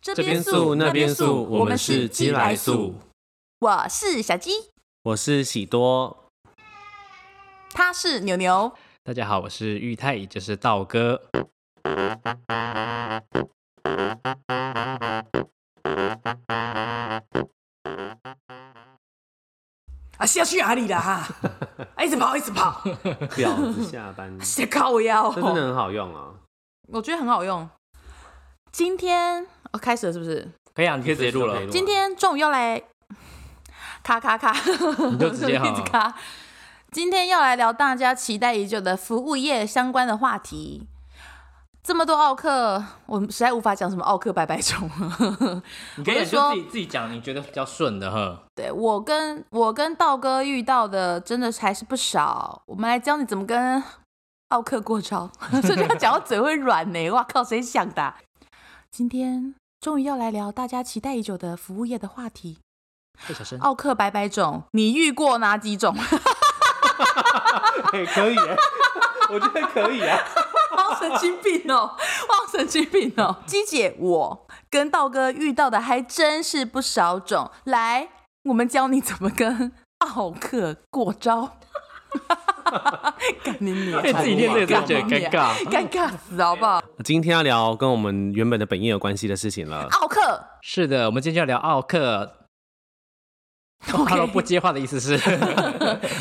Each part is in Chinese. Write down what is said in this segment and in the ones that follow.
这这边素那边素，我们是鸡来素。，我是小鸡，我是喜多，他是牛牛。大家好，我是玉泰，也就是道哥。啊，是要去哪里啦？ 哈，啊一直跑，一直跑，婊子下 班，这在靠腰、真的很好用啊！我觉得很好用。今天哦，开始了是不是？可以啊，你可以直接录了可以。录今天终于要来，咔咔咔，你就直接 好 一直咔。今天要来聊大家期待已久的服务业相关的话题。这么多奥克，我们实在无法讲什么奥克百百种。你可以啊我你是就说自己自己讲，你觉得比较顺的呵。对我跟我跟道哥遇到的真的还是不少，我们来教你怎么跟奥克过招。 所以他讲到嘴会软呢、哇靠，谁想的啊、今天终于要来聊大家期待已久的服务业的话题太小——声奥克百百种，你遇过哪几种？哎，可以耶， 我觉得可以啊。好神经病哦，好神经病哦！鸡姐，我跟道哥遇到的还真是不少种。来，我们教你怎么跟奥克过招。 干你娘！哎，自己念这个真的觉得干你娘，尴尬。尴尬死好不好？今天要聊跟我们原本的本业有关系的事情了。奥 克是的，我们今天就要聊奥克。他都不接话的意思 是，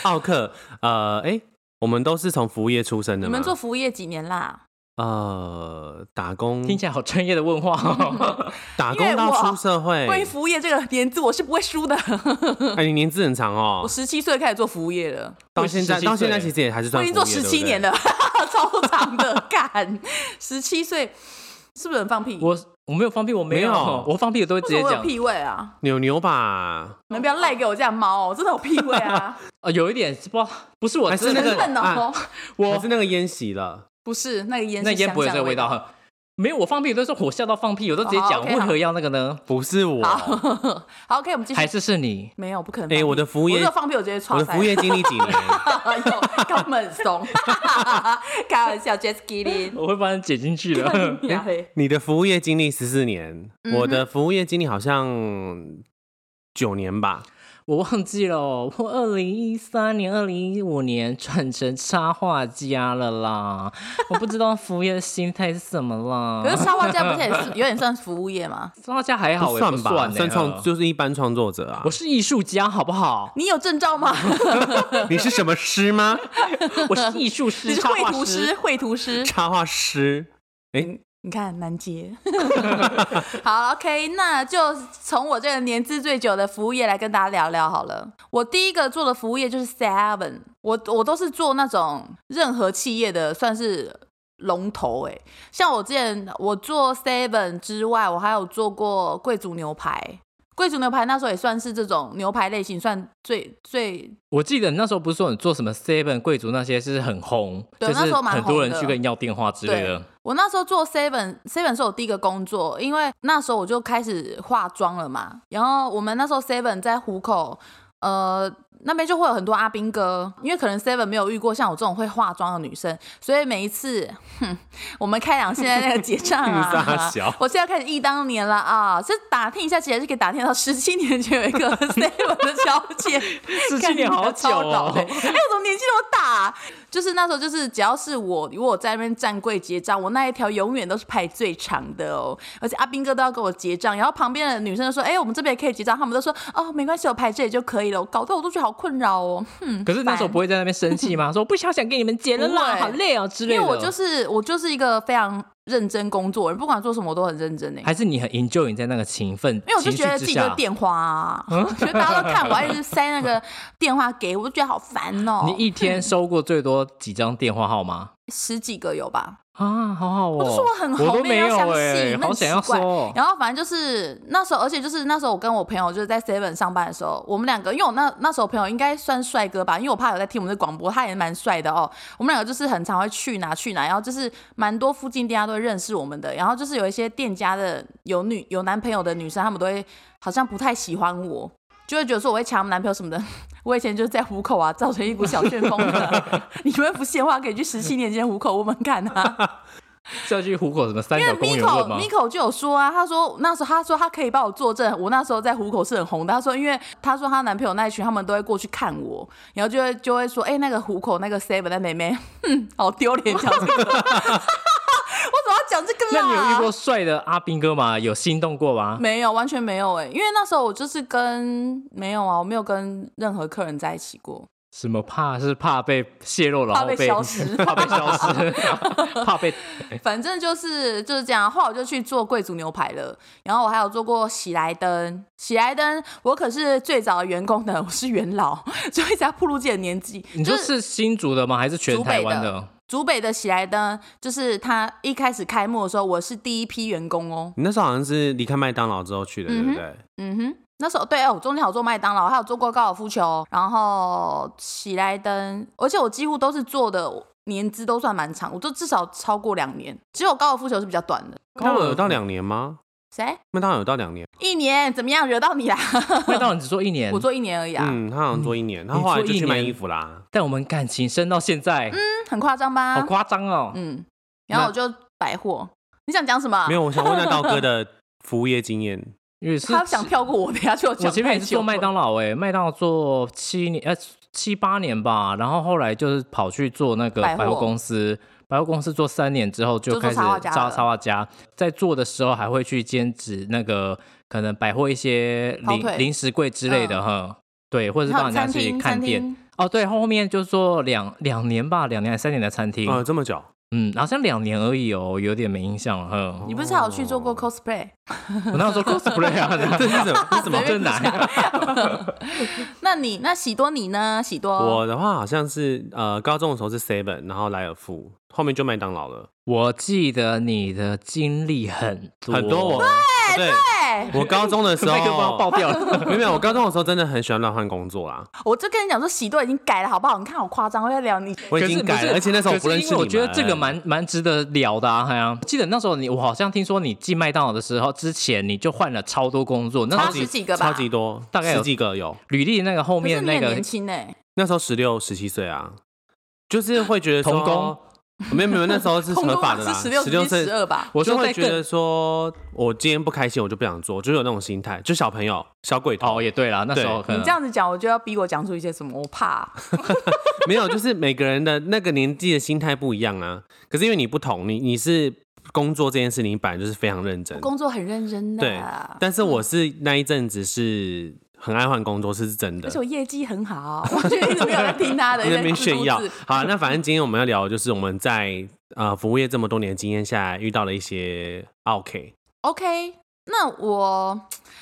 奥克，呃，哎、我们都是从服务业出身的你吗？们做服务业几年啦？呃打工，听起来好专业的问话哦。打工到出社哎会，关于服务业这个年资，我是不会输的。 哎，你年资很长哦我，十七岁开始做服务业了，到现在17岁到现在其实也还是我算已服务经业做十七年，对了， 超长的。干，十七岁是不是很放屁？我我没有放屁，我没没有有，我放屁我都会直为什接么我有讲。屁味啊？不对扭牛吧？能不要赖给我这样猫、哦？真的有屁味啊！呃，有一点是不不是我还是真那的，个很笨哦，还我是那个烟洗了？不是那个烟，那烟烟不会有这个味道。呵。没有，我放屁都是我笑到放屁，我都直接哦讲， ，OK，好为何要那个呢？不是我，好， 好，OK，我们继还续。是是 你？没有，不可能放屁。哎、我的服务我业这，放屁，我直接我穿。的服务业经历几年？ 哎呦，肛门松， 开玩笑，just kidding。我会把你剪进去干的。你娘嘞你的服务业经历十四年，嗯哼我的服务业经历好像九年吧。 我忘记了哦，我二零一三年、二零一五年 转成插画家了啦。我不知道服务业的心态是什么可是啦。插画家不是也是有点算服务业吗？插画家还好不欸，算吧，不算算创创就是一般创作者啊我。是艺术家，好不好？你有证照吗？ 你是什么师吗？我是艺 术你师，是插绘画图师，。绘图师。插画师？你看难接。 好，OK，那就从我这个年资最久的服务业来跟大家聊聊好了。我第一个做的服务业就是 Seven，我我都是做那种任何企业的算是龙头哎、像我之前我做 Seven 之外，我还有做过贵族牛排。贵族牛排那时候也算是这种牛排类型，算最最我记得你那时候不是说你做什么 Seven 贵族那些是很红，对就是那时候蛮很多人红的去跟你要电话之类 的。我那时候做 seven seven 是我第一个工作，因为那时候我就开始化妆了嘛。然后我们那时候 seven 在虎口，呃，那边就会有很多阿兵哥，因为可能 seven 没有遇过像我这种会化妆的女生，所以每一次，哼，我们开两现在那个结账 你啊傻小，我现在开始忆当年了啊，这打听一下，其实是可以打听到十七年前有一个 seven 的小姐，十七年干你好久的超老哦的哎、，我怎么年纪那么大啊、就是那时候，就是只要是我，如果我在那边站柜结账，我那一条永远都是排最长的哦。而且阿兵哥都要跟我结账，然后旁边的女生就说：“哎、我们这边也可以结账。”他们都说：“哦，没关系，我排这里就可以了。”搞得我都觉得好困扰哦。 可是那时候烦不会在那边生 气吗？说我不想想给你们结了不啦，会好累哦之类因为的。我就是我就是一个非常认真工作的人，不管做什么我都很认真呢。还是你很 enjoy 你在那个勤奋，因为我就情绪觉得自之己就下嗯是电话、啊，觉得大家都看我，还一直塞那个电话给我，我就觉得好烦哦。 你一天收过最多几张电话 号码十几个有吧？啊？好好哦，我就说我很红，我都没没有有相哎信，那好很想要奇怪说。哦然后反正就是那时候，而且就是那时候我跟我朋友就是在 Seven 上班的时候，我们两个，因为我那那时候朋友应该算帅哥吧，因为我怕有在听我们的广播，他也蛮帅的哦。我们两个就是很常会去哪去哪，然后就是蛮多附近店家都会认识我们的，然后就是有一些店家的有女有男朋友的女生，她们都会好像不太喜欢我，就会觉得说我会抢我们男朋友什么的。 我以前就是在虎口啊，造 成一股小旋风的。你们不信的话，可以去十七年间虎口问问看啊。是要去虎口什么三因为角公园问 Miko 吗？ Miko 就有说啊，他说那时候他说他可以帮我作证，我那时候在虎口是很红的。他说，因为他说她男朋友那一群他们都会过去看我，然后就会就会说，哎、那个虎口那个 Seven 那妹妹，哼，好丢脸，讲这个，我怎么要讲这个啊那啦？你有遇过帅的阿兵哥吗？有心动过吗？没有，完全没有哎、因为那时候我就是跟没有啊，我没有跟任何客人在一起过。什么怕是怕被泄露，然怕后被消失 怕被消 失，怕被反正就是就是这样。后来我就去做贵族牛排了，然后我还有做过喜来登。喜来登，我可是最早的员工的，我是元老，所以才暴露自己的年纪。你就说是是新竹的吗？还是全台湾竹北？竹北的喜来登，就是他一开始开幕的时候，我是第一批员工哦。你那时候好像是离开麦当劳之后去的，对不对？嗯哼，那时候对哦，我中间有做麦当劳，还有做过高尔夫球，然后喜来登，而且我几乎都是做的年资都算蛮长，我就至少超过两年，只有高尔夫球是比较短的。麦当劳有到 两年吗？谁？麦当劳有到两年，一年怎么样？惹到你啦？麦当劳只做一年，我做一年而已啊，嗯，他好像做一年，他你后来做就一去卖年衣服啦。但我们感情深到现在，嗯很夸张吧好？夸张哦。嗯，然后我就百货。你想讲什么？ 啊没有，，我想问那道 哥的服务业经验，因为是他想跳过我，等一下就我讲。前面也是做麦，当劳诶、麦当劳做七年呃七八年吧，然后后来就是跑去做那个百货百货公司，百货公司做三年之后就就做开始插画家插了插画家，在做的时候还会去兼职那个可能百货一些跑零腿零食柜之类的哈、对，或者是还帮有人家餐去厅，看餐店厅哦，对，后面就做两两年吧，两年还是三年的餐厅，呃，这 么久，嗯，好像两年而已哦，有点没印象了 哈。你不是还有去做过 cosplay？我那时候 cosplay 啊， 这是怎么？这是怎么？随便真难你。讲 那你那喜多你呢？喜多，哦我的话好像是呃，高中的时候是 Seven，然后莱尔富，后面就麦当劳了。我记得你的经历很多很多我对，哎，我高中的时 候麦克风要爆掉了。没有没有，我高中的时候真的很喜欢乱换工作啦，我就跟你讲说，喜多已经改了，好不好？你看好夸张，我在聊你。我已可是经不改是了，而且那时候我不认可识是你因为们。我觉得这个蛮蛮值得聊的啊，好像哎记得那时候你，我好像听说你进麦当劳的时候，之前你就换了超多工作，那时超超候级级十几个吧超级多，大概有十几个有。履历那个后可是面你那很个年轻哎，那时候十六、十七岁啊，就是会觉得说童工。没有没有，那时候是通合通法啊的是啦，十六、 16岁十二吧？我就说会在觉得更说，我今天不开心，我就不想做，就有那种心态，就小朋友、小鬼头，哦，也对啦，那时候可你能这样子讲，我就要逼我讲出一些什么，我怕。没有，就是每个人的那个年纪的心态不一样啊。可是因为你不同，你你是工作这件事，你本来就是非常认真，工作很认真的，啊对。但是我是那一阵子是很爱换工作，是真的而且。我业绩很好， 我觉得一直没有在听他的，在那边一直在炫耀自顾自。 好，那反正今天我们要聊的就是我们在呃服务业这么多年的经验下来遇到了一些 OK， OK，那我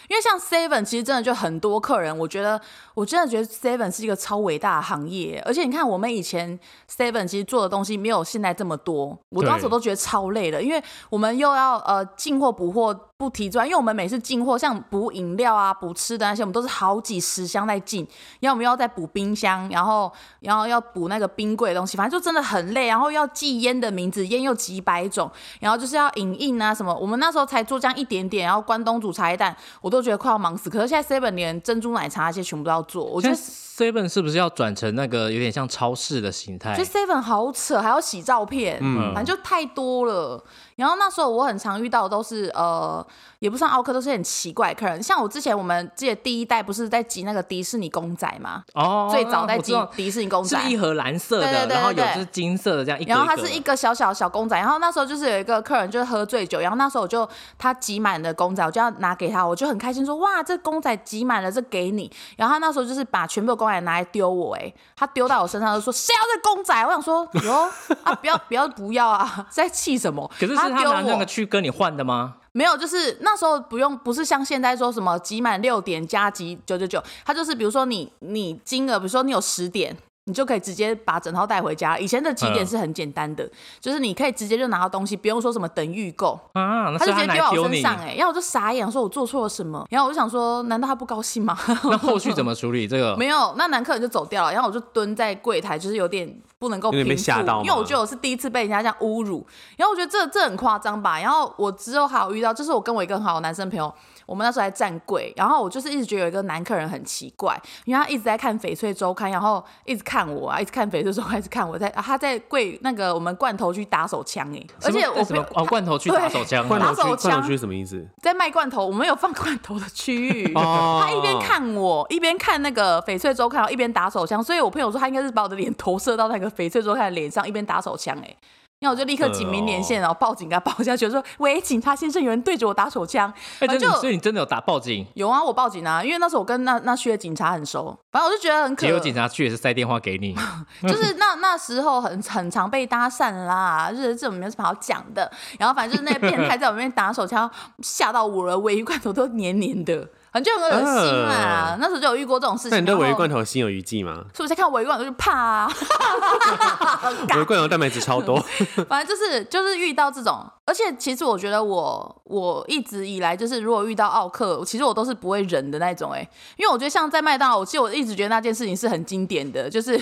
因为像 Seven 其实真的就很多客人，我觉得我真的觉得 Seven 是一个超伟大的行业，而且你看我们以前 Seven 其实做的东西没有现在这么多，我对当时都觉得超累的，因为我们又要呃进货补货不提转，因为我们每次进货像补饮料啊、补吃的那些，我们都是好几十箱在进，然后我们又要再补冰箱，然后然后要补那个冰柜的东西，反正就真的很累。然后要记烟的名字，烟又几百种，然后就是要影印啊什么。我们那时候才做这样一点点，然后关东煮茶叶蛋，我都觉得快要忙死。可是现在 Seven 连珍珠奶茶那些全部都要做，我我觉觉得得 Seven 是不是要转成那个有点像超市的形态就？Seven 好扯，还要洗照片，嗯反正就太多了。然后那时候我很常遇到的都是呃，也不算奥客，都是很奇怪的客人。像我之前我们记得第一代不是在集那个迪士尼公仔嘛，哦，最早在我知集道迪士尼公是仔，一盒蓝色对对的，对然后有对对是金色的这样一格，然后它是一个小小的小公仔，然后那时候就是有一个客人就是喝醉酒，然后那时候我就他挤满了公仔，我就要拿给他，我就很开心说哇，这公仔挤满了，这给你。然后他那时候就是把全部的公仔拿来丢我、哎，他丢到我身上就说谁要这公仔？我想说哟啊，不要不要不要啊，在气什么？可是是他丢拿那我个，去跟你换的吗？没有，就是那时候不用，不是像现在说什么集满六点加集九九九，他就是比如说你你金额，比如说你有十点。你就可以直接把整套带回家。以前的集点嗯是很简单的，就是你可以直接就拿到东西，不用说什么等预购，啊，那他是就直接拿丢到来我丢身你。上、哎，然后我就傻眼，说我做错了什么？然后我就想说，难道他不高兴吗？那后续怎么处理这个？没有，那男客人就走掉了，然后我就蹲在柜台，就是有点不能够有点平被吓复到吗因为我呃觉得我是第一次被人家这样侮辱，然后我觉得这这很夸张吧。然后我之后还有遇到，就是我跟我一个很好的男生朋友，我们那时候还站柜，然后我就是一直觉得有一个男客人很奇怪，因为他一直在看翡翠周刊，然后一直看看我啊，一直看翡翠说话，一直看我在，啊他在柜 那个我们罐头区打手枪哎、而且什么我什朋么友哦罐头去打手枪啊，罐头打手区，罐头枪区什么意思？在卖罐头，我们有放罐头的区域。 哦他一边看我，一边看那个翡翠周刊，然后一边打手枪，所以我朋友说他应该是把我的脸投射到那个翡翠周刊的脸上，一边打手枪哎、那我就立刻警民连哦线，然后报警给他报下去，我说：“喂，警察先生，有人对着我打手枪。”哎，反真的，正所以你真的有打报警？有啊，我报警啊，因为那时候我跟那那区的警察很熟，反正我就觉得很可哎结果警察去也是塞电话 给你， 就是那那时候很很常被搭讪啦，就是这种没有什么好讲的。然后反正就是那个变态在我面前打手枪，吓到我了，尾鱼罐头都黏黏的，反正就很恶心啦。呃那时候就有遇过这种事情。那你对尾鱼罐头，头心有余悸吗？是不是看尾鱼罐头就怕啊？很尾鱼尬罐头蛋白质超多， 反正就是就是遇到这种，而且其实我觉得我我一直以来就是如果遇到奥克，其实我都是不会忍的那种哎、欸因为我觉得像在麦当劳，我记得我一直觉得那件事情是很经典的，就是。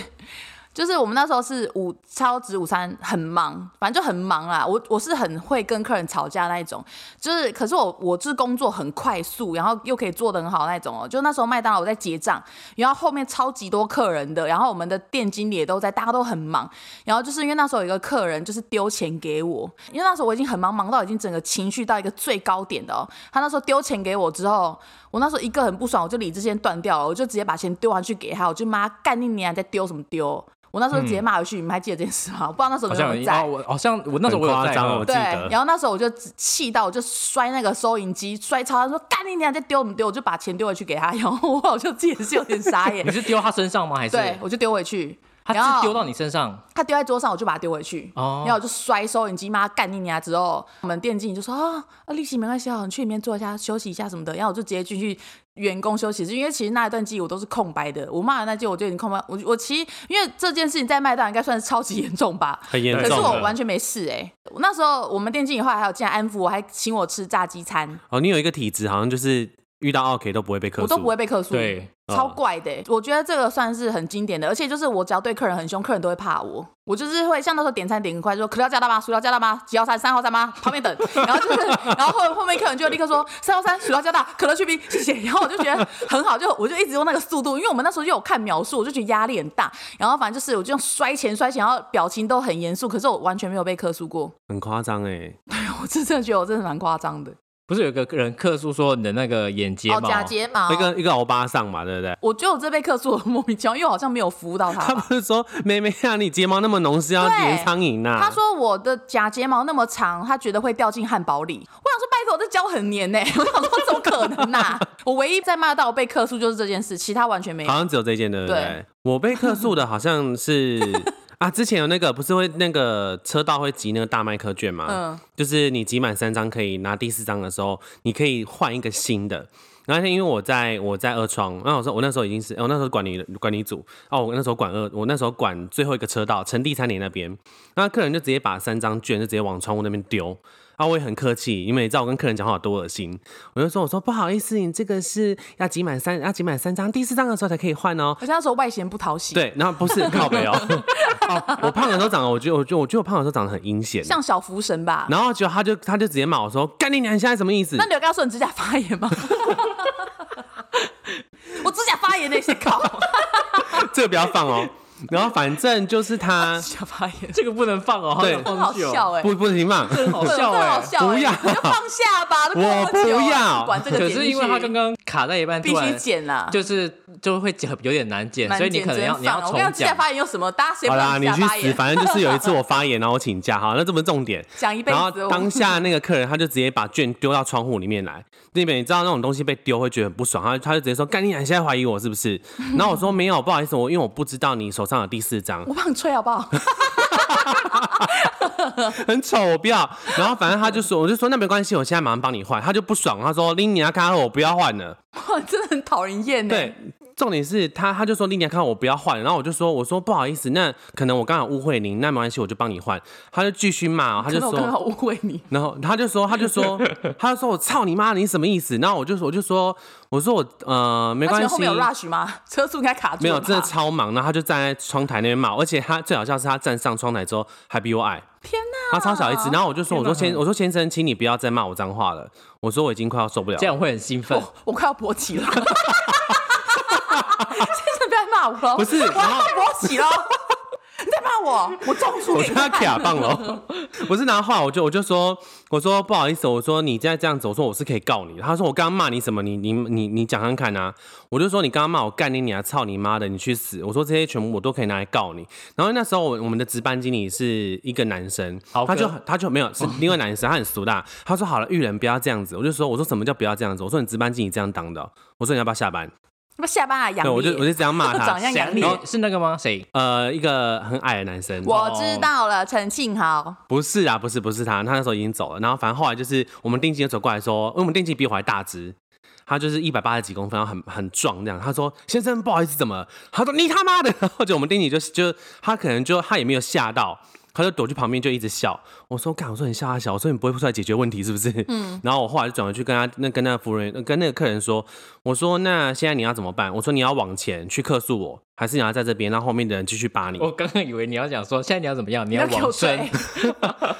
就是我们那时候是午超值午餐很忙，反正就很忙啦。我我是很会跟客人吵架那一种，就是可是我我是工作很快速，然后又可以做的很好那种哦。就那时候麦当劳我在结账，然后后面超级多客人的，然后我们的店经理也都在，大家都很忙。然后就是因为那时候有一个客人就是丢钱给我，因为那时候我已经很忙，忙到已经整个情绪到一个最高点的哦。他那时候丢钱给我之后，我那时候一个很不爽，我就理智线断掉了，我就直接把钱丢完去给他，我就骂干你娘，你在丢什么丢？我那时候直接骂回去，你们还记得这件事吗？我不知道那时候嗯好你们有没有像有在啊，。我好像我那时候我很有夸在张啊哦，我记对得，。然后那时候我就气到，我就摔那个收银机，摔超他说干你娘，再丢我们丢，我就把钱丢回去给他，然后我就自己也是有点傻眼你，是丢他身上吗？还是对我就丢回去，他然后是丢到你身上？他丢在桌上，我就把它丢回去，哦然后我就摔收银机，妈干你娘！之后我们店经理就说啊，啊利息没关系啊，你去里面坐一下休息一下什么的。然后我就直接进去员工休息室，因为其实那一段记忆我都是空白的，我骂的那句我就已经空白。我我其实因为这件事情在麦当劳应该算是超级严重吧，很严可重是的。我完全没事哎、我那时候我们店经理后来还有进来安抚我，还请我吃炸鸡餐，哦，你有一个体质，好像就是遇到奥 K 都不会被克我诉，都不会被克诉。对，超怪的欸、我觉得这个算是很经典的，而且就是我只要对客人很凶，客人都会怕我。我就是会像那时候点餐点很快，就说可料加大吗？薯条加大吗？几号餐？三号餐吗？旁边等。然后就是， 然后后后面客人就立刻说三号餐，薯条加大，可乐去冰，谢谢。然后我就觉得很好，就我就一直用那个速度，因为我们那时候就有看描述，我就觉得压力很大。然后反正就是我就用摔钱摔钱，然后表情都很严肃，可是我完全没有被客诉过。很夸张哎。 我真的觉得我真的蛮夸张的。不是有个人客诉说你的那个眼睫哦，毛假睫毛一。个一个欧巴上嘛，对不对？我觉得我这被客诉我莫名其妙，因为我好像没有服务到他吧。他不是说妹妹啊，你睫毛那么浓是要对粘苍蝇啊呐？他说我的假睫毛那么长，他觉得会掉进汉堡里。我想说，拜托，我这胶很黏呢、欸 我想说，怎么可能呐、我唯一在骂到被客诉就是这件事，其他完全没有好。像只有这件，对不对？对我被客诉的好像 是啊，之前有那个不是会那个车道会集那个大麦克券吗？嗯就是你集满三张可以拿第四张的时候，你可以换一个新的。然后因为我在我在二创，那我说我那时候已经是，哦我那时候管理管理组，哦，我那时候管二，我那时候管最后一个车道，成地餐厅那边，那客人就直接把三张券就直接往窗户那边丢，啊，我也很客气，因为你知道我跟客人讲话有多恶心，我就说我说不好意思，你这个是要集满三要集满三张，第四张的时候才可以换哦，而且那时候外显不讨喜，，对，然后不是靠北哦，哦，我胖的时候长得，我觉得我觉得我觉得我胖的时候长得很阴险，像小福神吧？然后结果他就他就直接骂我说：“干你娘！你现在什么意思那你有跟他说你指甲发炎吗？我指甲发炎那些靠，指？”这个不要 放哦。然后反正就是他甲发炎，这个不能放哦，对好像很好久 笑哎、不不行放，这很好对笑真的哎好。笑欸不要你就放下吧，都过那么久了我不要哎管这个可剪进去，是因为他刚刚卡在一半，必突须然剪啊啦，就是就会剪有点难剪，蛮所以你可能要简你单要放啊我重跟你讲，指甲讲。发炎有什么？大家谁不好知道指啦，你甲去发死！炎？反正就是有一次我 发言，然后我请假，好，那这不是重点。讲一辈然后子哦，当下那个客人他就直接把券丢到窗户里面来，那边你知道那种东西被丢会觉得很不爽，他他就直接说：“干你娘！你现在怀疑我是不是？”然后我说：“没有，不好意思，我因为我不知道你手上有第四张。”我帮你吹好不 好？很丑，我不要。然后反正他就说，我就说那没关系，我现在马上帮你换。他就不爽，他说拎你要看我不要换了。哇，真的很讨人厌呢。对，重点是他他就说拎你要看我不要换了。然后我就说我说不好意思，那可能我刚好误会您，那没关系，我就帮你换。他就继续骂哦，他可就能我刚说。好误会你。然后他就说，他 就说，他就说我操你妈，你什么意思？然后我就说，我就说，我说我呃没那请问关系，后面有 rush 吗？车速应该卡住了吧。没有，真的超忙。然后他就站在窗台那边骂我，而且他最好笑是他站上窗台之后还比我矮，天哪！他超小一啊只，然后我就说：“我天哪说先，我说先生，请你不要再骂我脏话了。我说我已经快要受不了这哦了。 样会很兴奋，我我快要勃起了。先生不要再骂我喽？不是我要然后骂罗 喜喽？你在骂我？我中暑我给跟你他看。卡棒了，不是拿话，我就我就说，我说不好意思，我说你现在这样子，我说我是可以告你的。他说我刚刚骂你什么？你你你你讲看看啊！我就说你刚刚骂我干你你啊，操你妈的，你去死！我说这些全部我都可以拿来告你。然后那时候我我们的值班经理是一个男生，豪哥他就他就没有是另外男生，他很俗辣。他说好了，玉人不要这样子。我就说我说什么叫不要这样子？我说你值班经理这样当的哦，我说你要不要下班？那下班啊，杨对，我就我烈，就这样骂长相他。杨你烈然后。是那个吗？谁？呃，一个很矮的男生，我知道了，陈庆豪。不是啊，不是不是他，他那时候已经走了。然后反正后来就是我们定期就走过来说，因为我们定期比我还大只，他就是一百八十几公分，然后很很壮这样。他说：“先生，不好意思，怎么了？”他说：“你他妈的！” 然后就我们定期就就他可能就他也没有吓到。他就躲去旁边就一直笑，我说干，我说你笑啊笑，我说你不会出来解决问题是不是？嗯，然后我后来就转回去跟他那跟那个服务人跟那个客人说，我说那现在你要怎么办？我说你要往前去客诉我，还是你要在这边让后面的人继续扒你？我刚刚以为你要讲说，现在你要怎么样？你要你要给往我生追，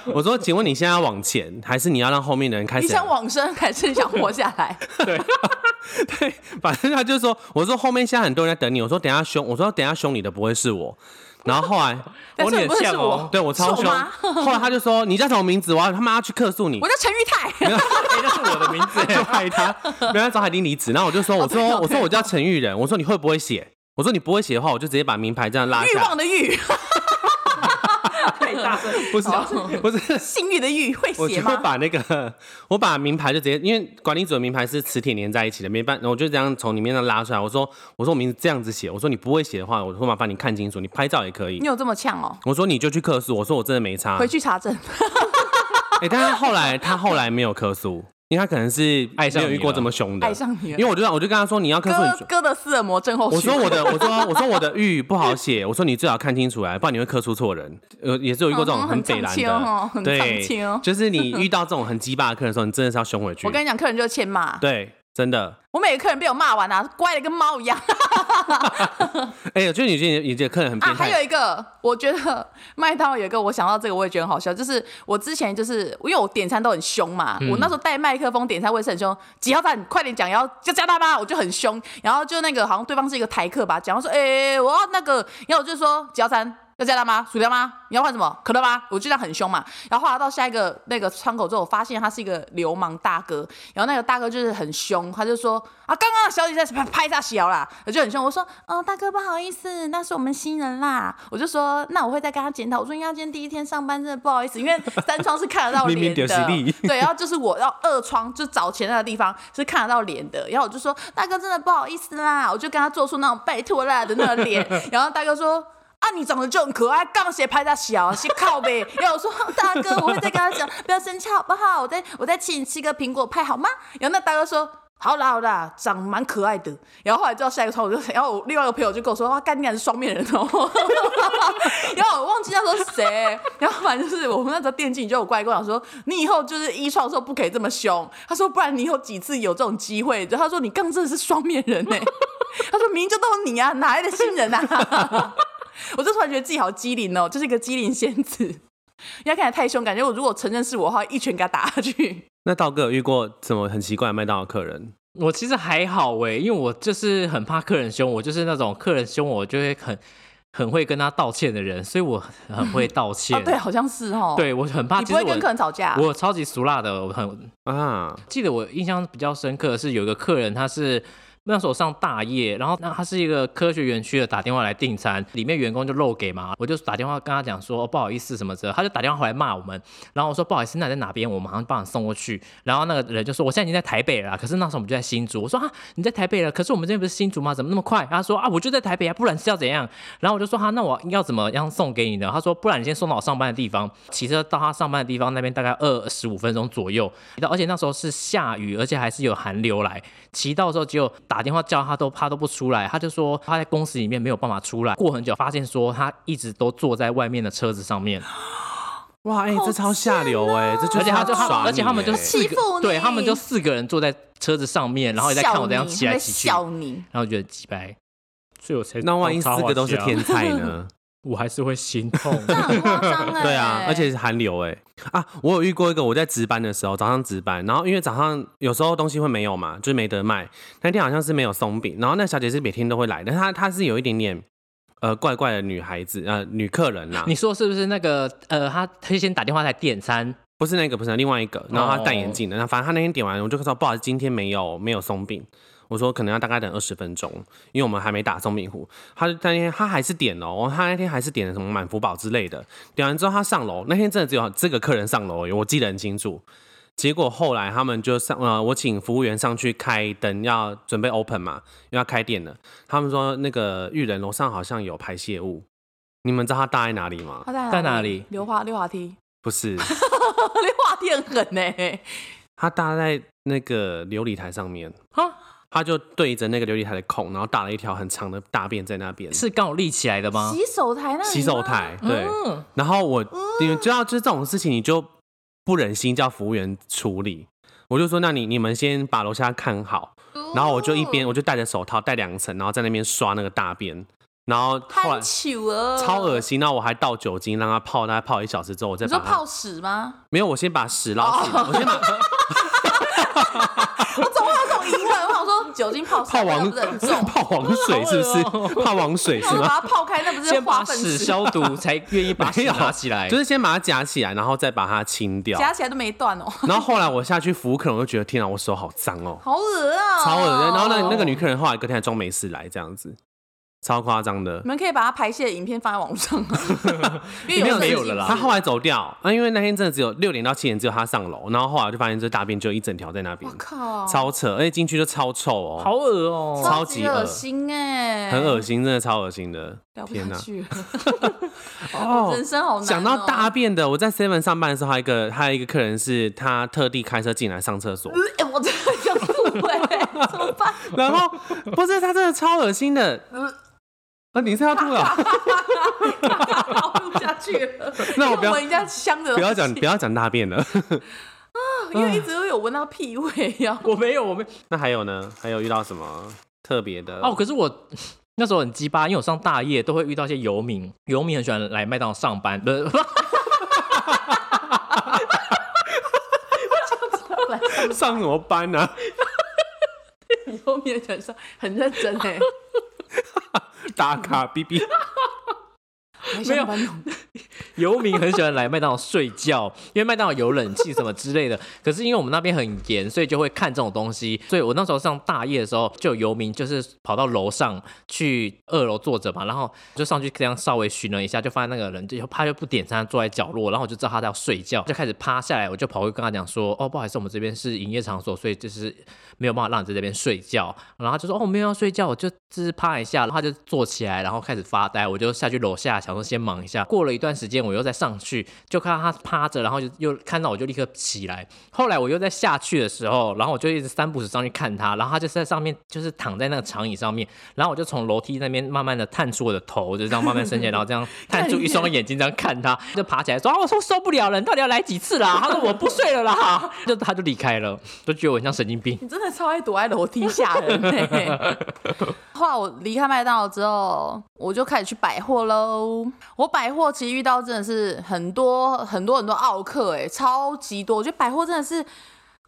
我说，请问你现在要往前，还是你要让后面的人开始？你想往生还是想活下 来？对， 反正他就说，我说后面现在很多人在等你，我说等一下凶，我说等一下凶你的不会是我。然后后 来，但是脸不会像是哦我，对我超是凶。我妈后来他就说，你叫什么名字？我要他妈要去克诉你。我。叫陈玉泰。 哎那是我的名 字就害他，原来找海丁离职。然后我就说，我哦对说哦我说我叫陈玉仁，我说你会不会写？我说你不会写的话，我就直接把名牌这样拉欲下来。望的欲，太大声，不是哦不是，性欲的欲，会我写就会吗？把那个， 我把名牌就直接，因为管理组的名牌是磁铁粘在一起的，没办，我就这样从里面上拉出来。我说，我说我名字这样子写，我说你不会写的话，我说麻烦你看清楚，你拍照也可以你。有这么呛哦？我说你就去客诉，我说我真的啊没差。回去查证。哎、但是后来他后来没有客诉，因为他可能是爱上没有遇你过了这么凶的，爱上你了因为我就让我就跟他说你要客诉你哥就。哥的斯尔摩症候群。我说我的，我说我说我的玉不好写，我说你最好看清楚啊来，不然你会刻出错人。呃，也是有遇过这种嗯很很北蓝苍青哦的，很苍青 对哦，就是你遇到这种很鸡巴的客人的时候，你真的是要凶回 去我。跟你讲，客人就是欠骂。对，真的。我每个客人被我骂完啊，乖的跟猫一样哎、我觉得你这你这客人很啊。变还态。有一个，我觉得 麦当劳有一个，我想到这个我也觉得很好笑，就是我之前就是因为我点餐都很凶嘛，嗯我那时候带麦克风点餐我也是很凶，几号站你快点讲，要就加大吧，我就很凶。然后就那个好像对方是一个台客吧，讲到说，哎、我要那个，然后我就说几号站。要加大吗？薯条吗？你要换什么？可乐吗？我就这样很凶嘛。然后后来到下一个那个窗口之后，我发现他是一个流氓大哥。然后那个大哥就是很凶，他就说啊，刚刚小姐在拍拍下小啦，我就很凶。我说，哦，大哥不好意思，那是我们新人啦。我就说，那我会再跟他检讨。我说，因为他今天第一天上班，真的不好意思，因为 三窗是看得到明明脸的。就是你对，然后就是我要二窗，就找钱那个地方是看得到脸的。然后我就说，大哥真的不好意思啦，我就跟他做出那种拜托啦的那个脸。 然后大哥说。啊，你长得就很可爱，杠鞋拍他小，是靠呗。然后我说哦大哥，我会再跟他讲，不要生气好不好？我再我再请你吃个苹果派好吗？然后那大哥说。好啦好啦，长得蛮可爱的。然后后来知道下一个窗，我就然后我另外一个朋友就跟我说，哇，干你俩是双面人哦。然后我忘记那时候谁，然后反正就是我们那时候电竞就有怪跟我讲说，你以后就是一创的时候不可以这么凶。他说不然你以后几次有这种机会，然后他说你杠真的是双面人呢、欸他说明明就都是你啊，哪来的新人啊？ 我就突然觉得自己好机灵哦，就是一个机灵仙子。人家看起来太凶，感觉我如果承认是我的话，一拳给他打下去。那道哥有遇过什么很奇怪的麦当劳客人？我其实还好哎，因为我就是很怕客人凶，我就是那种客人凶我就会很很会跟他道歉的人，所以我很会道哦歉。，对，好像是哦。，对我很怕。你其不实会跟客我人吵架。我超级俗辣的，我很啊，记得我印象比较深刻的是有一个客人，他是那时候上大夜，然后那他是一个科学园区的，打电话来订餐，里面员工就漏给嘛，我就打电话跟他讲说、哦不好意思什么的，他就打电话回来骂我们，然后我说不好意思，那你在哪边？我马上帮你送过去。然后那个人就说我现在已经在台北了啦，可是那时候我们就在新竹，我说啊你在台北了，可是我们这边不是新竹吗？怎么那么快？他说啊我就在台北啊，不然是要怎样？然后我就说哈、那我要怎么样送给你呢？他说不然你先送到我上班的地方，骑车到他上班的地方那边大概二十五分钟左右，而且那时候是下雨，而且还是有寒流来，骑到的时候只有打电话叫他都他都不出来，他就说他在公司里面没有办法出来，过很久发现说他一直都坐在外面的车子上面，哇，哎、这超下流哎、这就哦而且是他就要耍他你而且他们就哎四欺个负你对他们就四个人坐在车子上面，然后也在看我这样骑来骑去，笑你，然后觉得鸡掰，所以我才 那万一四个都是天才呢？我还是会心痛。这很夸张哎。 对啊，而且是寒流哎、啊！我有遇过一个，我在值班的时候，早上值班，然后因为早上有时候东西会没有嘛，就是没得卖。那天好像是没有松饼，然后那小姐是每天都会来，但她她是有一点点呃怪怪的女孩子呃女客人啦、 你说是不是那个呃，他他先打电话来点餐，不是那个不是另外一个，然后她戴眼镜的，那、反正她那天点完，我就说不好意思，今天没有没有松饼。我说可能要大概等二十分钟，因为我们还没打松饼糊。她那天她还是点了哦，她那天还是点了什么满福宝之类的。点完之后她上楼，那天真的只有这个客人上楼而已，我记得很清楚。结果后来他们就上，呃，我请服务员上去开灯，要准备 open 嘛，因为要开店了。他们说那个玉人楼上好像有排泄物，你们知道它搭在哪里吗？他哦在在哪里溜滑溜滑梯， 不是，溜滑梯很狠欸呢、它搭在那个琉璃台上面啊他就对着那个琉璃台的孔，然后打了一条很长的大便在那边。是刚好立起来的吗？洗手台那里吗洗手台，对。嗯，然后我，你知道，就是这种事情，你就不忍心叫服务员处理。我就说，那你你们先把楼下看好，哦然后我就一边我就戴着手套戴两层，然后在那边刷那个大便，然后后来太糗哦了，超恶。心，然后我还倒酒精让它泡，大概泡一小时之后，我再你把说它泡屎吗？没有，我先把屎捞起来，我先把我总会有这种疑问，我想说酒精泡屎泡那王？个不是很重泡王水是不好恶是？ 泡王水我是想说吗？把它泡开，那不是先花把粉屎屎？消毒，才愿意把屎没有拿起来。就是先把它夹起来，然后再把它清掉。夹起来都没断哦，然后后来我下去服务客人，我就觉得天啊，我手好脏哦，好恶啊、超恶心。然后那那个女客人后来隔天还装没事来，这样子，超夸张的你。们可以把它排泄的影片放在网上啊， 因没为有摄没有影了啦师她后来走掉，啊，因为那天真的只有六点到七点只有她上楼，然后后来我就发现这大便就一整条在那边我，靠，超扯，而且进去就超臭哦，好恶哦、超级级恶恶心哎、很恶，心，真的超恶心的聊。不天下哪！ 去了，哦人生好难、哦。讲到大便的，我在 Seven 上班的时候，还有一个还有一个客人是他特地开车进来上厕所，哎、我真的想吐哎、怎么办？然后不是他真的超恶心的。嗯啊，你是要吐了？聊不下去了， 那我不要因为闻一下香的，不要讲不，嗯要讲大便了。 因为一直都有闻到屁味呀。我没有，我没那还有呢？还有遇到什么特别的？哦，可是我 那时候很鸡巴，因为我上大夜都会遇到一些游民，游民很喜欢来麦当劳上班， 不是上什么班呢、啊？ 后面的人说很认真 哎、打卡 B B，还没有上班哦游民很喜欢来麦当劳睡觉，因为麦当劳有冷气什么之类的。 可是因为我们那边很严，所以就会看这种东西。所以我那时候上大夜的时候，就有游民就是跑到楼上去二楼坐着嘛，然后就上去这样稍微寻了一下，就发现那个人就他就不点餐，坐在角落，然后我就知道他在睡觉，就开始趴下来，我就跑过去跟他讲说：“哦，不好意思，我们这边是营业场所，所以就是没有办法让你在这边睡觉。”然后他就说：“哦，我没有要睡觉，我就只是趴一下。”然后他就坐起来，然后开始发呆。我就下去楼下想说先忙一下。过了一段时间，我又再上去，就看到他趴着，然后就又看到我就立刻起来。后来我又再下去的时候，然后我就一直三步子上去看他，然后他就是在上面就是躺在那个长椅上面，然后我就从楼梯那边慢慢的探出我的头，就这样慢慢伸起来，然后这样探出一双眼睛这样看他，就爬起来说：“啊，我说受不了了，你到底要来几次啦？”他说：“我不睡了啦。” 就他就离开了，就觉得我很像神经病。你真的超爱躲在楼梯下人欸 后来我离开麦当劳之后，我就开始去百货喽。我百货其实遇到真的是很多很多很多奥客、欸，超级多。我觉得百货真的是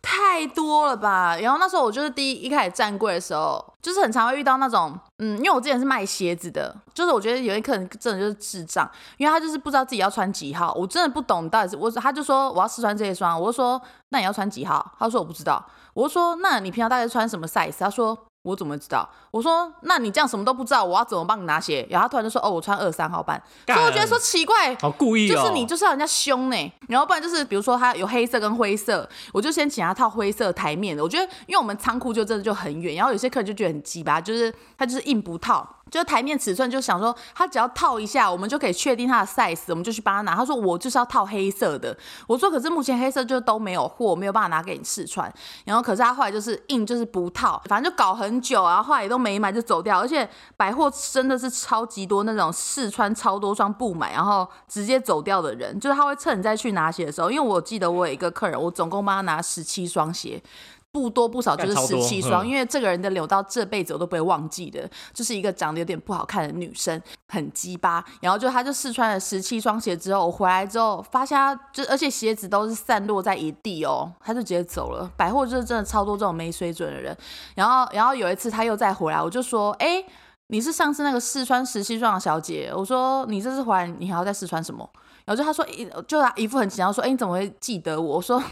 太多了吧。然后那时候我就是第一一开始站柜的时候，就是很常会遇到那种，嗯，因为我之前是卖鞋子的，就是我觉得有一客人真的就是智障，因为他就是不知道自己要穿几号，我真的不懂到底是我，他就说我要试穿这一双，我就说那你要穿几号？他说我不知道，我就说那你平常大概穿什么 size？他说。我怎么知道？我说，那你这样什么都不知道，我要怎么帮你拿鞋？然后他突然就说，哦，我穿二三号半。所干以我觉得说奇怪，好故意哦！就是你就是要人家凶呢、然后不然就是比如说他有黑色跟灰色，我就先请他套灰色台面的。我觉得因为我们仓库就真的就很远，然后有些客人就觉得很鸡巴，就是他就是硬不套。就是台面尺寸，就想说他只要套一下，我们就可以确定他的 size，我们就去帮他拿。他说我就是要套黑色的，我说可是目前黑色就都没有货，没有办法拿给你试穿。然后可是他后来就是硬就是不套，反正就搞很久啊，后来也都没买就走掉。而且百货真的是超级多那种试穿超多双不买，然后直接走掉的人，就是他会趁你再去拿鞋的时候，因为我记得我有一个客人，我总共帮他拿十七双鞋。不多不少就是干超十多七双，嗯因为这个人的留到这辈子我都不会忘记的，就是一个长得有点不好看的女生，很鸡巴。然后就她就试穿了十七双鞋之后，我回来之后发现她就而且鞋子都是散落在一地哦，她就直接走了。百货就是真的超多这种没水准的人。然后然后有一次她又再回来，我就说，哎、你是上次那个试穿十七双的小姐，我说你这次回来你还要再试穿什么？然后就她说，一就她一副很紧张说，哎、你怎么会记得我？我说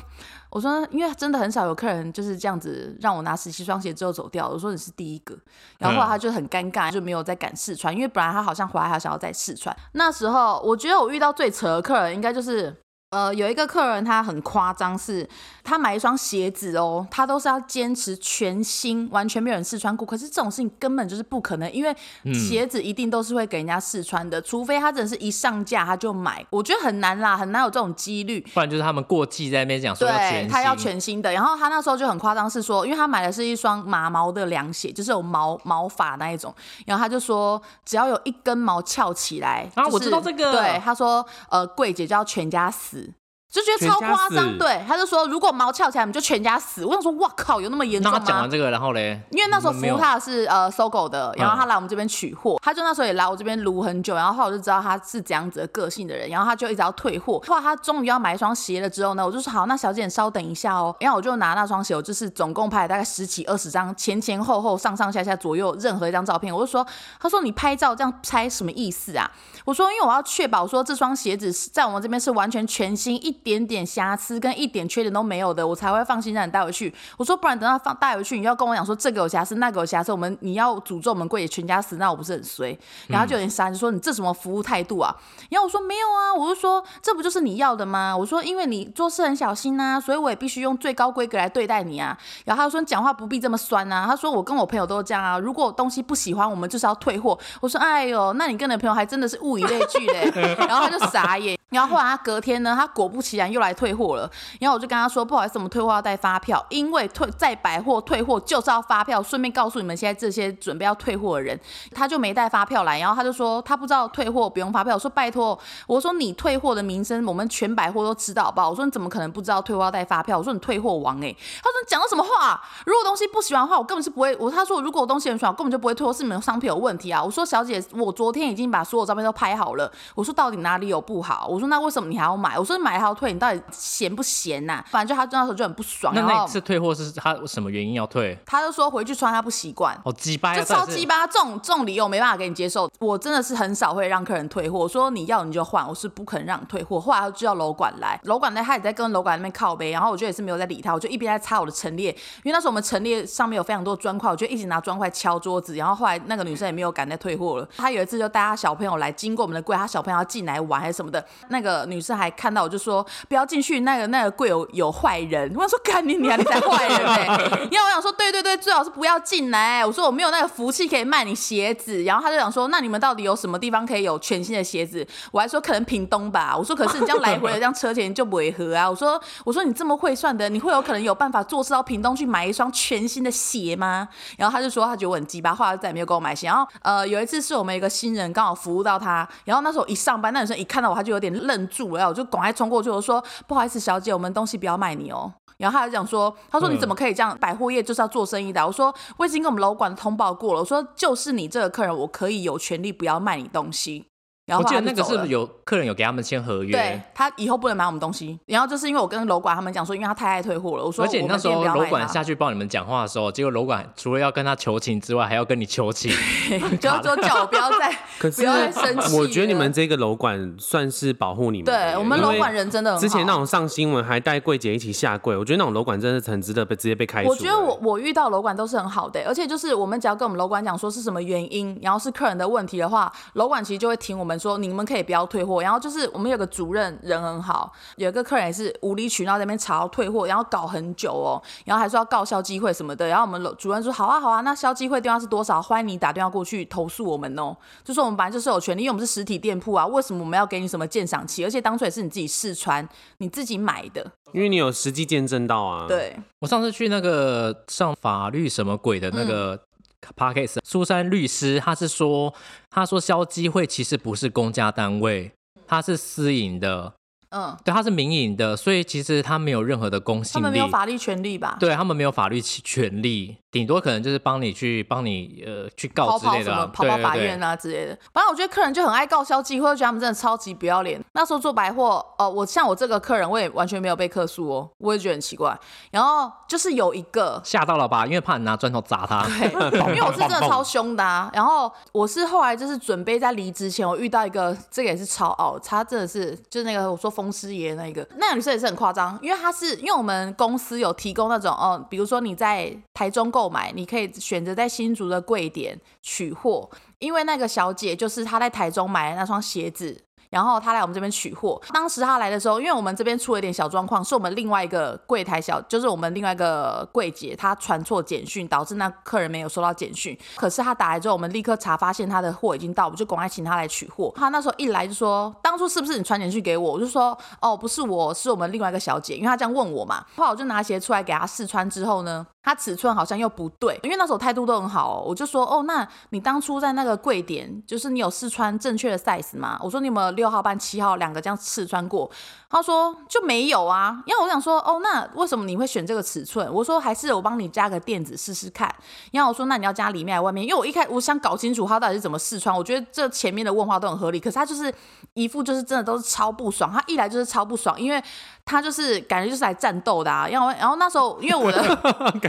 我说，因为真的很少有客人就是这样子让我拿十七双鞋之后走掉。我说你是第一个，然后后来他就很尴尬，就没有再敢试穿，因为本来他好像回来还想要再试穿。那时候我觉得我遇到最扯的客人应该就是。呃，有一个客人他很夸张，是他买一双鞋子哦，他都是要坚持全新，完全没有人试穿过。可是这种事情根本就是不可能，因为鞋子一定都是会给人家试穿的，除非他真的是一上架他就买。我觉得很难啦，很难有这种几率。不然就是他们过季在那边讲说要全对新，他要全新的。然后他那时候就很夸张，是说，因为他买的是一双麻毛的凉鞋，就是有毛毛发那一种。然后他就说，只要有一根毛翘起来，啊就是我知道这个对，他说，呃，柜姐就要全家死。就觉得全超家夸张，死对，他就说如果毛翘起来，我们就全家死。我想说，哇靠，有那么严那重他吗？讲完这个，然后嘞，因为那时候服没有务他的是呃搜狗的，然后他来我们这边取货，他就那时候也来我这边撸很久，然后后来我就知道他是怎样子的个性的人，然后他就一直要退货，后来他终于要买一双鞋了之后呢，我就说好，那小姐你稍等一下哦，然后我就拿那双鞋，我就是总共拍了大概十几二十张，前前后后上上下下左右任何一张照片，我就说，他说你拍照这样拍什么意思啊？我说，因为我要确保说这双鞋子是在我们这边是完全全新，一点点瑕疵跟一点缺点都没有的，我才会放心让你带回去。我说，不然等到放带回去，你要跟我讲说这个有瑕疵，那个有瑕疵，我们你要诅咒我们柜姐全家死，那我不是很衰？然后就有点傻，就说你这什么服务态度啊？然后我说没有啊，我就说这不就是你要的吗？我说因为你做事很小心呐、所以我也必须用最高规格来对待你啊。然后他说你讲话不必这么酸啊呐、他说我跟我朋友都是这样啊，如果东西不喜欢，我们就是要退货。我说哎呦，那你跟你的朋友还真的是物以类聚嘞。 然后他就傻眼。然后后来他隔天呢，他果不其然又来退货了。然后我就跟他说，不好意思，我们退货要带发票，因为退在百货退货就是要发票。顺便告诉你们，现在这些准备要退货的人，他就没带发票来，然后他就说他不知道退货不用发票。我说拜托，我说你退货的名声，我们全百货都知道，好不好？我说你怎么可能不知道退货要带发票？我说你退货王哎、他说你讲的什么话？如果东西不喜欢的话，我根本是不会。我他说如果我东西很喜欢，我根本就不会退货，是你们商品有问题啊。我说小姐，我昨天已经把所有照片都拍好了，我说到底哪里有不好？我说那为什么你还要买？我说你买了还要退，你到底闲不闲呐、反正就他那时候就很不爽，那然那一后次退货是他什么原因要退？他就说回去穿他不习惯。哦，鸡巴呀，就超到底是鸡巴，这种这种理由我没办法给你接受。我真的是很少会让客人退货，我说你要你就换，我是不肯让你退货。后来他就叫楼管来，楼管呢他也在跟楼管那边靠背，然后我就也是没有在理他，我就一边在擦我的陈列，因为那时候我们陈列上面有非常多砖块，我就一直拿砖块敲桌子。然后后来那个女生也没有敢再退货了，她有一次就带她小朋友来，经过我们的柜，她小朋友要进来玩还是什么的，那个女生还看到我就说不要进去，那个那个柜有有坏人。我想说干你你啊，你才坏人嘞、 因为我想说对对对，最好是不要进来。我说我没有那个福气可以卖你鞋子，然后她就想说那你们到底有什么地方可以有全新的鞋子？我还说可能屏东吧，我说可是你这样来回的这样车钱就不会合啊。我说我说你这么会算的，你会有可能有办法坐车到屏东去买一双全新的鞋吗？然后他就说他觉得我很鸡巴，后来就再也没有给我买鞋。然后呃有一次是我们一个新人刚好服务到他，然后那时候一上班，那女生一看到我，她就有点愣住了，然后我就赶快冲过去，我说不好意思，小姐，我们东西不要卖你哦。然后他就讲说，他说你怎么可以这样？百货业就是要做生意的啊。我说我已经跟我们楼管通报过了，我说就是你这个客人，我可以有权利不要卖你东西。然后我记得后来那她个就走是不了是有客人有给他们签合约？对他以后不能买我们东西。然后就是因为我跟楼管他们讲说，因为他太爱退货了，我说而且你我那们时今天候不要楼卖管他下去帮你们讲话的时候，结果楼管除了要跟他求情之外，还要跟你求情。 就就叫我不要再可是不要再生气了。我觉得你们这个楼管算是保护你们的耶，对我们因为楼管人真的很好之前那种上新闻还带柜姐一起下跪，我觉得那种楼管真的是很值得被直接被开除耶。我觉得我我遇到楼管都是很好的、而且就是我们只要跟我们楼管讲说是什么原因，然后是客人的问题的话，楼管其实就会听我们说你们可以不要退货。然后就是我们有个主任人很好，有一个客人也是无理取闹在那边吵要退货，然后搞很久哦，然后还说要告消基会什么的。然后我们楼主任说好啊好啊，那消基会电话是多少？欢迎你打电话过去投诉我们哦。就说我们本来就是有权利，因为我们是实体店铺啊，为什么我们要给你什么鉴赏期？而且当初也是你自己试穿，你自己买的，因为你有实际见证到啊。，对。我上次去那个上法律什么鬼的嗯那个 podcast，、苏珊律师他是说，他说消基会其实不是公家单位，他是私营的。嗯，对，他是民营的，所以其实他没有任何的公他信们没力有。法律权利吧？对他们没有法律权权利，顶多可能就是帮你去帮你呃去告跑之跑类什的么啊，跑跑法对对院对，啊之类的。反正我觉得客人就很爱告消记，或者觉得他们真的超级不要脸。那时候做百货，哦，我像我这个客人，我也完全没有被客诉哦，我也觉得很奇怪。然后就是有一个。吓到了吧？因为怕你拿砖头砸他。对，因为我是真的超凶的啊。然后我是后来就是准备在离职前，我遇到一个，这个也是超傲，他真的是就是那个我说风师爷那一个，那个女生也是很夸张，因为她是因为我们公司有提供那种哦，比如说你在台中购买，你可以选择在新竹的柜点取货，因为那个小姐就是她在台中买的那双鞋子。然后她来我们这边取货，当时她来的时候，因为我们这边出了一点小状况，是我们另外一个柜台小，就是我们另外一个柜姐，她传错简讯，导致那客人没有收到简讯。可是她打来之后，我们立刻查发现她的货已经到，我们就赶快请她来取货。她那时候一来就说，当初是不是你传简讯给我？我就说，哦，不是我，是我们另外一个小姐，因为她这样问我嘛。后来我就拿鞋出来给她试穿之后呢，他尺寸好像又不对，因为那时候态度都很好、哦，我就说哦，那你当初在那个柜点，就是你有试穿正确的 size 吗？我说你有没有六号半、七号两个这样试穿过？他说就没有啊。然后我想说哦，那为什么你会选这个尺寸？我说还是我帮你加个垫子试试看。然后我说那你要加里面还是外面？因为我一开我想搞清楚他到底是怎么试穿，我觉得这前面的问话都很合理，可是他就是一副就是真的都是超不爽，他一来就是超不爽，因为他就是感觉就是来战斗的啊。然后然后那时候因为我的。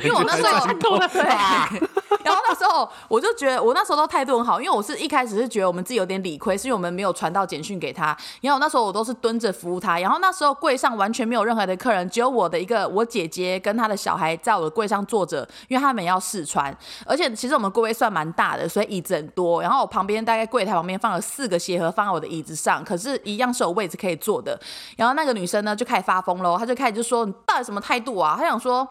因为我那时候对，然后那时候我就觉得我那时候都态度很好，因为我是一开始是觉得我们自己有点理亏，是因为我们没有传到简讯给他。然后那时候我都是蹲着服务他，然后那时候柜上完全没有任何的客人，只有我的一个我姐姐跟她的小孩在我的柜上坐着，因为他们也要试穿。而且其实我们柜位算蛮大的，所以椅子很多。然后我旁边大概柜台旁边放了四个鞋盒放在我的椅子上，可是一样是有位置可以坐的。然后那个女生呢就开始发疯喽，她就开始就说你到底什么态度啊？她想说。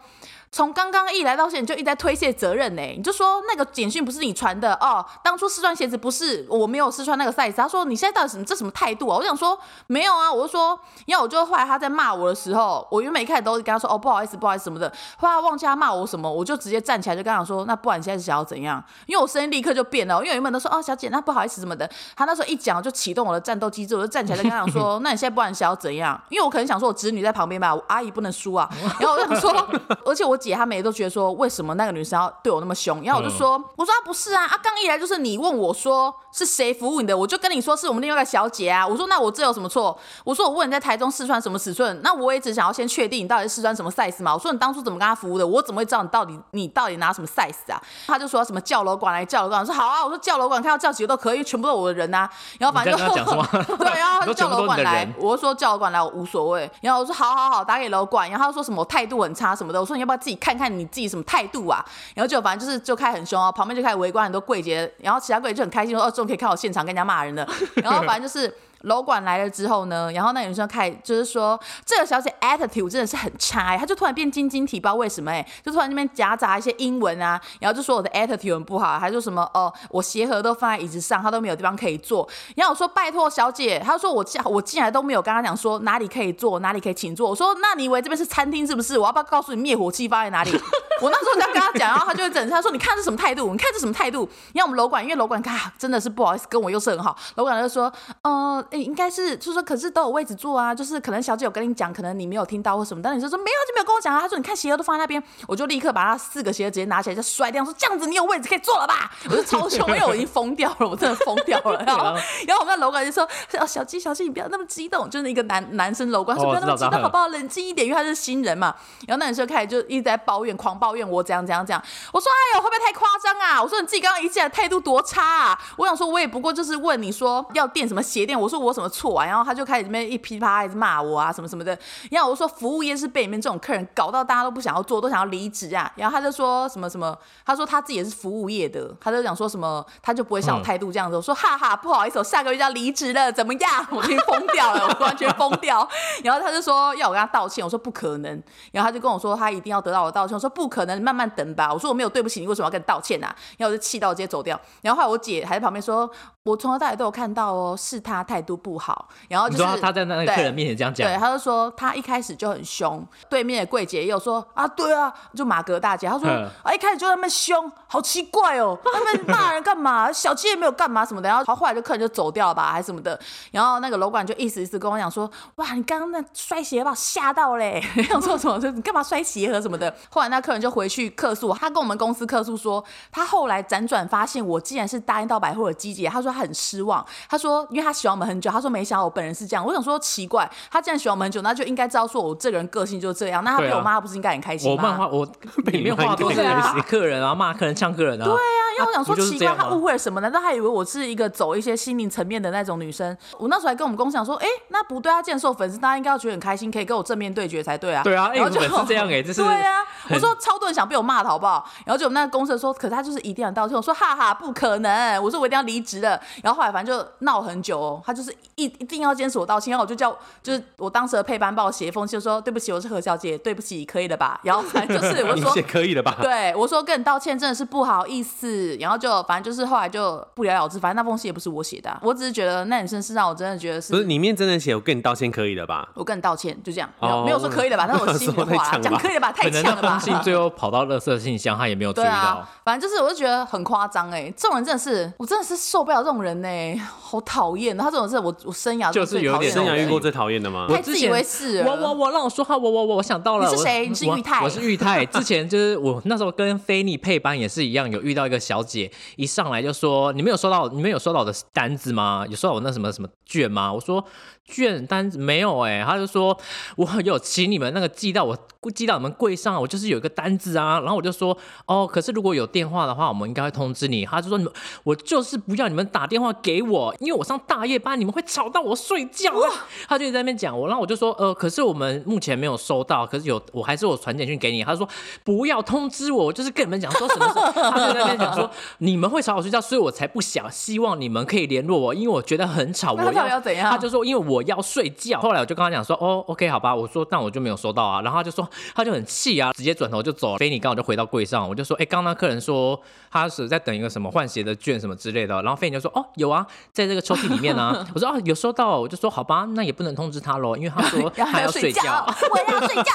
从刚刚一来到现在，你就一直在推卸责任呢、你就说那个简讯不是你传的哦，当初试穿鞋子不是我没有试穿那个 size。他说你现在到底什么这什么态度啊？我想说没有啊，我就说，因为我就后来他在骂我的时候，我原本一开始都跟他说哦不好意思不好意思什么的，后来忘记他骂我什么，我就直接站起来就跟他讲说，那不然你现在是想要怎样？因为我声音立刻就变了，因为我原本都说哦小姐那不好意思什么的，他那时候一讲就启动我的战斗机制，我就站起来就跟他讲说，那你现在不然你想要怎样？因为我可能想说我侄女在旁边吧，我阿姨不能输啊，然后我就想说，而且我姐她们也都觉得说，为什么那个女生要对我那么凶？然后我就说，我说啊不是啊，啊刚一来就是你问我说是谁服务你的，我就跟你说是我们另外一个小姐啊。我说那我这有什么错？我说我问你在台中试穿什么尺寸，那我也只想要先确定你到底是试穿什么 size 嘛。我说你当初怎么跟她服务的，我怎么会知道你到底你到底拿什么 size 啊？她就说什么叫楼管来叫楼管，我说好啊，我说叫楼管看到叫几个都可以，因为全部都是我的人啊。然后反正就你在跟她讲什 么对，然后她就你说全叫部都楼是你管的来人，我就说叫楼管来我无所谓，然后我说好好好，打给楼管，然后他说什么我态度很差什么的，我说你要不要自己看看你自己什么态度啊？然后就反正就是就开很凶哦，旁边就开始围观很多柜姐，然后其他柜姐就很开心说哦，终于可以看我现场跟人家骂人了，然后反正就是。楼管来了之后呢，然后那个女生开就是说，这个小姐 attitude 真的是很差、欸，她就突然变晶晶体，不知道为什么哎、就突然那边夹杂一些英文啊，然后就说我的 attitude 很不好，还说什么哦，我鞋盒都放在椅子上，她都没有地方可以坐。然后我说拜托小姐，她说我进我进来都没有跟她讲说哪里可以坐，哪里可以请坐。我说那你以为这边是餐厅是不是？我要不要告诉你灭火器放在哪里？ 我那时候就要跟她讲，然后她就会整，她说你看这什么态度，你看这什么态度。你看我们楼管，因为楼管看、啊、真的是不好意思，跟我又是很好，楼管就说呃，诶应该是就是说可是都有位置坐啊，就是可能小姐有跟你讲，可能你没有听到或什么，但你就说没有就没有跟我讲啊。她说你看鞋盒都放在那边，我就立刻把她四个鞋盒直接拿起来就摔掉，说这样子你有位置可以坐了吧？我就超凶，因为我已经疯掉了，我真的疯掉 了。啊然后然后我们的楼管就说：“哦，小鸡，小鸡，你不要那么激动。”就是一个男男生楼管说：“哦不我要那么知激道动，好不好？冷静一点，因为他是新人嘛。”然后那女生开始就一直在抱怨，狂抱怨我怎样怎样怎样。我说：“哎呦，会不会太夸张啊？”我说：“你自己刚刚一进来态度多差啊！”我想说，我也不过就是问你说要垫什么鞋垫，我说我有什么错啊？然后他就开始这边一噼啪一直骂我啊，什么什么的。然后我说服务业是被你们这种客人搞到大家都不想要做，都想要离职啊。然后他就说什么什么，他说他自己也是服务业的，他就讲说什么他就不会像我嗯态度这样子。我说哈哈，不好意思，我下个月就要离职了，怎么样？ 我已经疯掉了，我完全疯掉。 然后他就说要我跟他道歉，我说不可能。然后他就跟我说他一定要得到我的道歉，我说不可能，慢慢等吧。我说我没有对不起你，为什么要跟你道歉啊？然后我就气到直接走掉。然后后来我姐还在旁边说，我从头到尾都有看到哦，是他态度不好，然后你就知是道他在那个客对人面前这样对，讲，他就说他一开始就很凶，对面的柜姐也有说啊，对啊，就马格大姐，她说嗯啊一开始就在那么凶，好奇怪哦，他们骂人干嘛？小七也没有干嘛什么的，然后后来就客人就走掉了吧，还是什么的，然后那个楼管就一直一直跟我讲说，哇，你刚刚那摔鞋把我吓到嘞， 想说什么？就你干嘛摔鞋盒什么的？后来那客人就回去客诉，他跟我们公司客诉说，他后来辗转发现我竟然是大英道百货的机姐，他说他很失望，他说因为他喜欢我们很久，他说没想到我本人是这样，我想说奇怪，他既然喜欢我们很久，那就应该知道说我这个人个性就这样，那他对被啊我骂不是应该很开心我吗？漫 画我里面画都是对啊客人啊，骂客人、呛客人啊，对对啊，因为我想说不就是奇这怪，样他吗误？会了什么？难道他以为我是一个走一些心灵层面的那种女生？我那时候还跟我们公司讲说，哎、那不对啊，健瘦粉丝，大家应该要觉得很开心，可以跟我正面对决才对啊。对啊哎然后就我们粉丝这样哎这 是对啊，很我说超多人想被我骂的好不好？然后就我们那个公司说，可是他就是一定要道歉。我说哈哈，不可能，我说我一定要离职的。然后后来反正就闹很久哦，他就是一一定要坚持我道歉，然后我就叫就是我当时的配班帮我写一封信，就说对不起，我是何小姐，对不起，可以了吧？然后反正就是我就你 说写可以了吧？对，我说跟你道歉真的是不好意思，然后就反正就是后来就不了了之，反正那封信也不是我写的啊、我只是觉得那女生身上我真的觉得不是是。里面真的写，我跟你道歉可以了吧？我跟你道歉，就这样，没有哦没有说可以了吧？但是我心里的我话啦想说太呛了讲吧可以了吧，太可呛能那了吧封。信最后跑到垃圾信箱，他也没有注意对到啊。，反正就是我就觉得很夸张哎，这种人真的是，我真的是受不了这种人呢、好讨厌。他这种是我我生涯中就是最有讨点厌的生涯人遇过最讨厌的吗？太之自以前为是我了。我我让我说话，我我我我想到了。你是我谁你是我裕泰我是裕泰。之前就是我那时候跟菲尼配班也是一样，有遇到一个小姐，一上来就说：“你们有收到你们有收到我的单子吗？有收到我那什么什么卷吗？”我说：“卷单子没有哎、欸。”她就说：“我有请你们那个寄到我寄到你们柜上，我就是有一个单子啊。”然后我就说：“哦，可是如果有电话的话，我们应该会通知你。”她就说：“你们我就是不要你们打电话给我，因为我上大夜班，你们会吵到我睡觉啊。”他就一直在那边讲我，然后我就说，呃，可是我们目前没有收到，可是有，我还是我传简讯给你。他说不要通知我，我就是跟你们讲说什么时候。 他就在那边讲说，你们会吵我睡觉，所以我才不想，希望你们可以联络我，因为我觉得很吵。那我他到底要怎样他就说因为我要睡觉。后来我就跟他讲说，哦，OK，好吧，我说那我就没有收到啊。然后他就说，他就很气啊，直接转头就走了。菲尼刚好就回到柜上，我就说，哎、刚刚那客人说他是在等一个什么换鞋的券什么之类的。然后菲尼就说，哦，有啊，在这个抽屉里面 啊。我说，哦，有收到哦。我就说，好吧，那也不能通知他喽，因为他说然后他还 要要睡睡觉觉，。我要睡觉。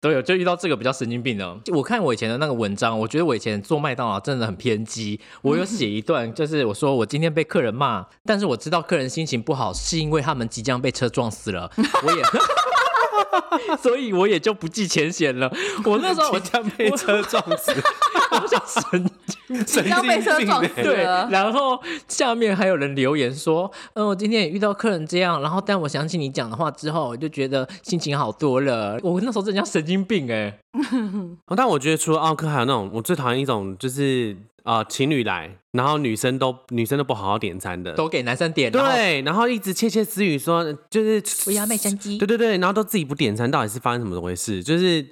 对，我就遇到这个比较神经病的。我看我以前的那个文章，我觉得我以前做麦当劳真的很偏激。我有写一段，就是我说我今天被客人骂，但是我知道客人心情不好，是因为他们即将被车撞死了。我也，所以我也就不计前嫌了。我那时候我即将被车撞死，我想神 神你知道被车经病撞欸死对，了然后下面还有人留言说，嗯、我今天也遇到客人这样，然后但我想起你讲的话之后，我就觉得心情好多了。我那时候真的像神经病哎、哦但我觉得除了奥克，还有那种我最讨厌一种就是啊、呃情侣来，然后女生都女生都不好好点餐的，都给男生点，然后对，然后一直窃窃私语说就是我要麦香鸡对。对对，然后都自己不点餐，到底是发生什么回事？就是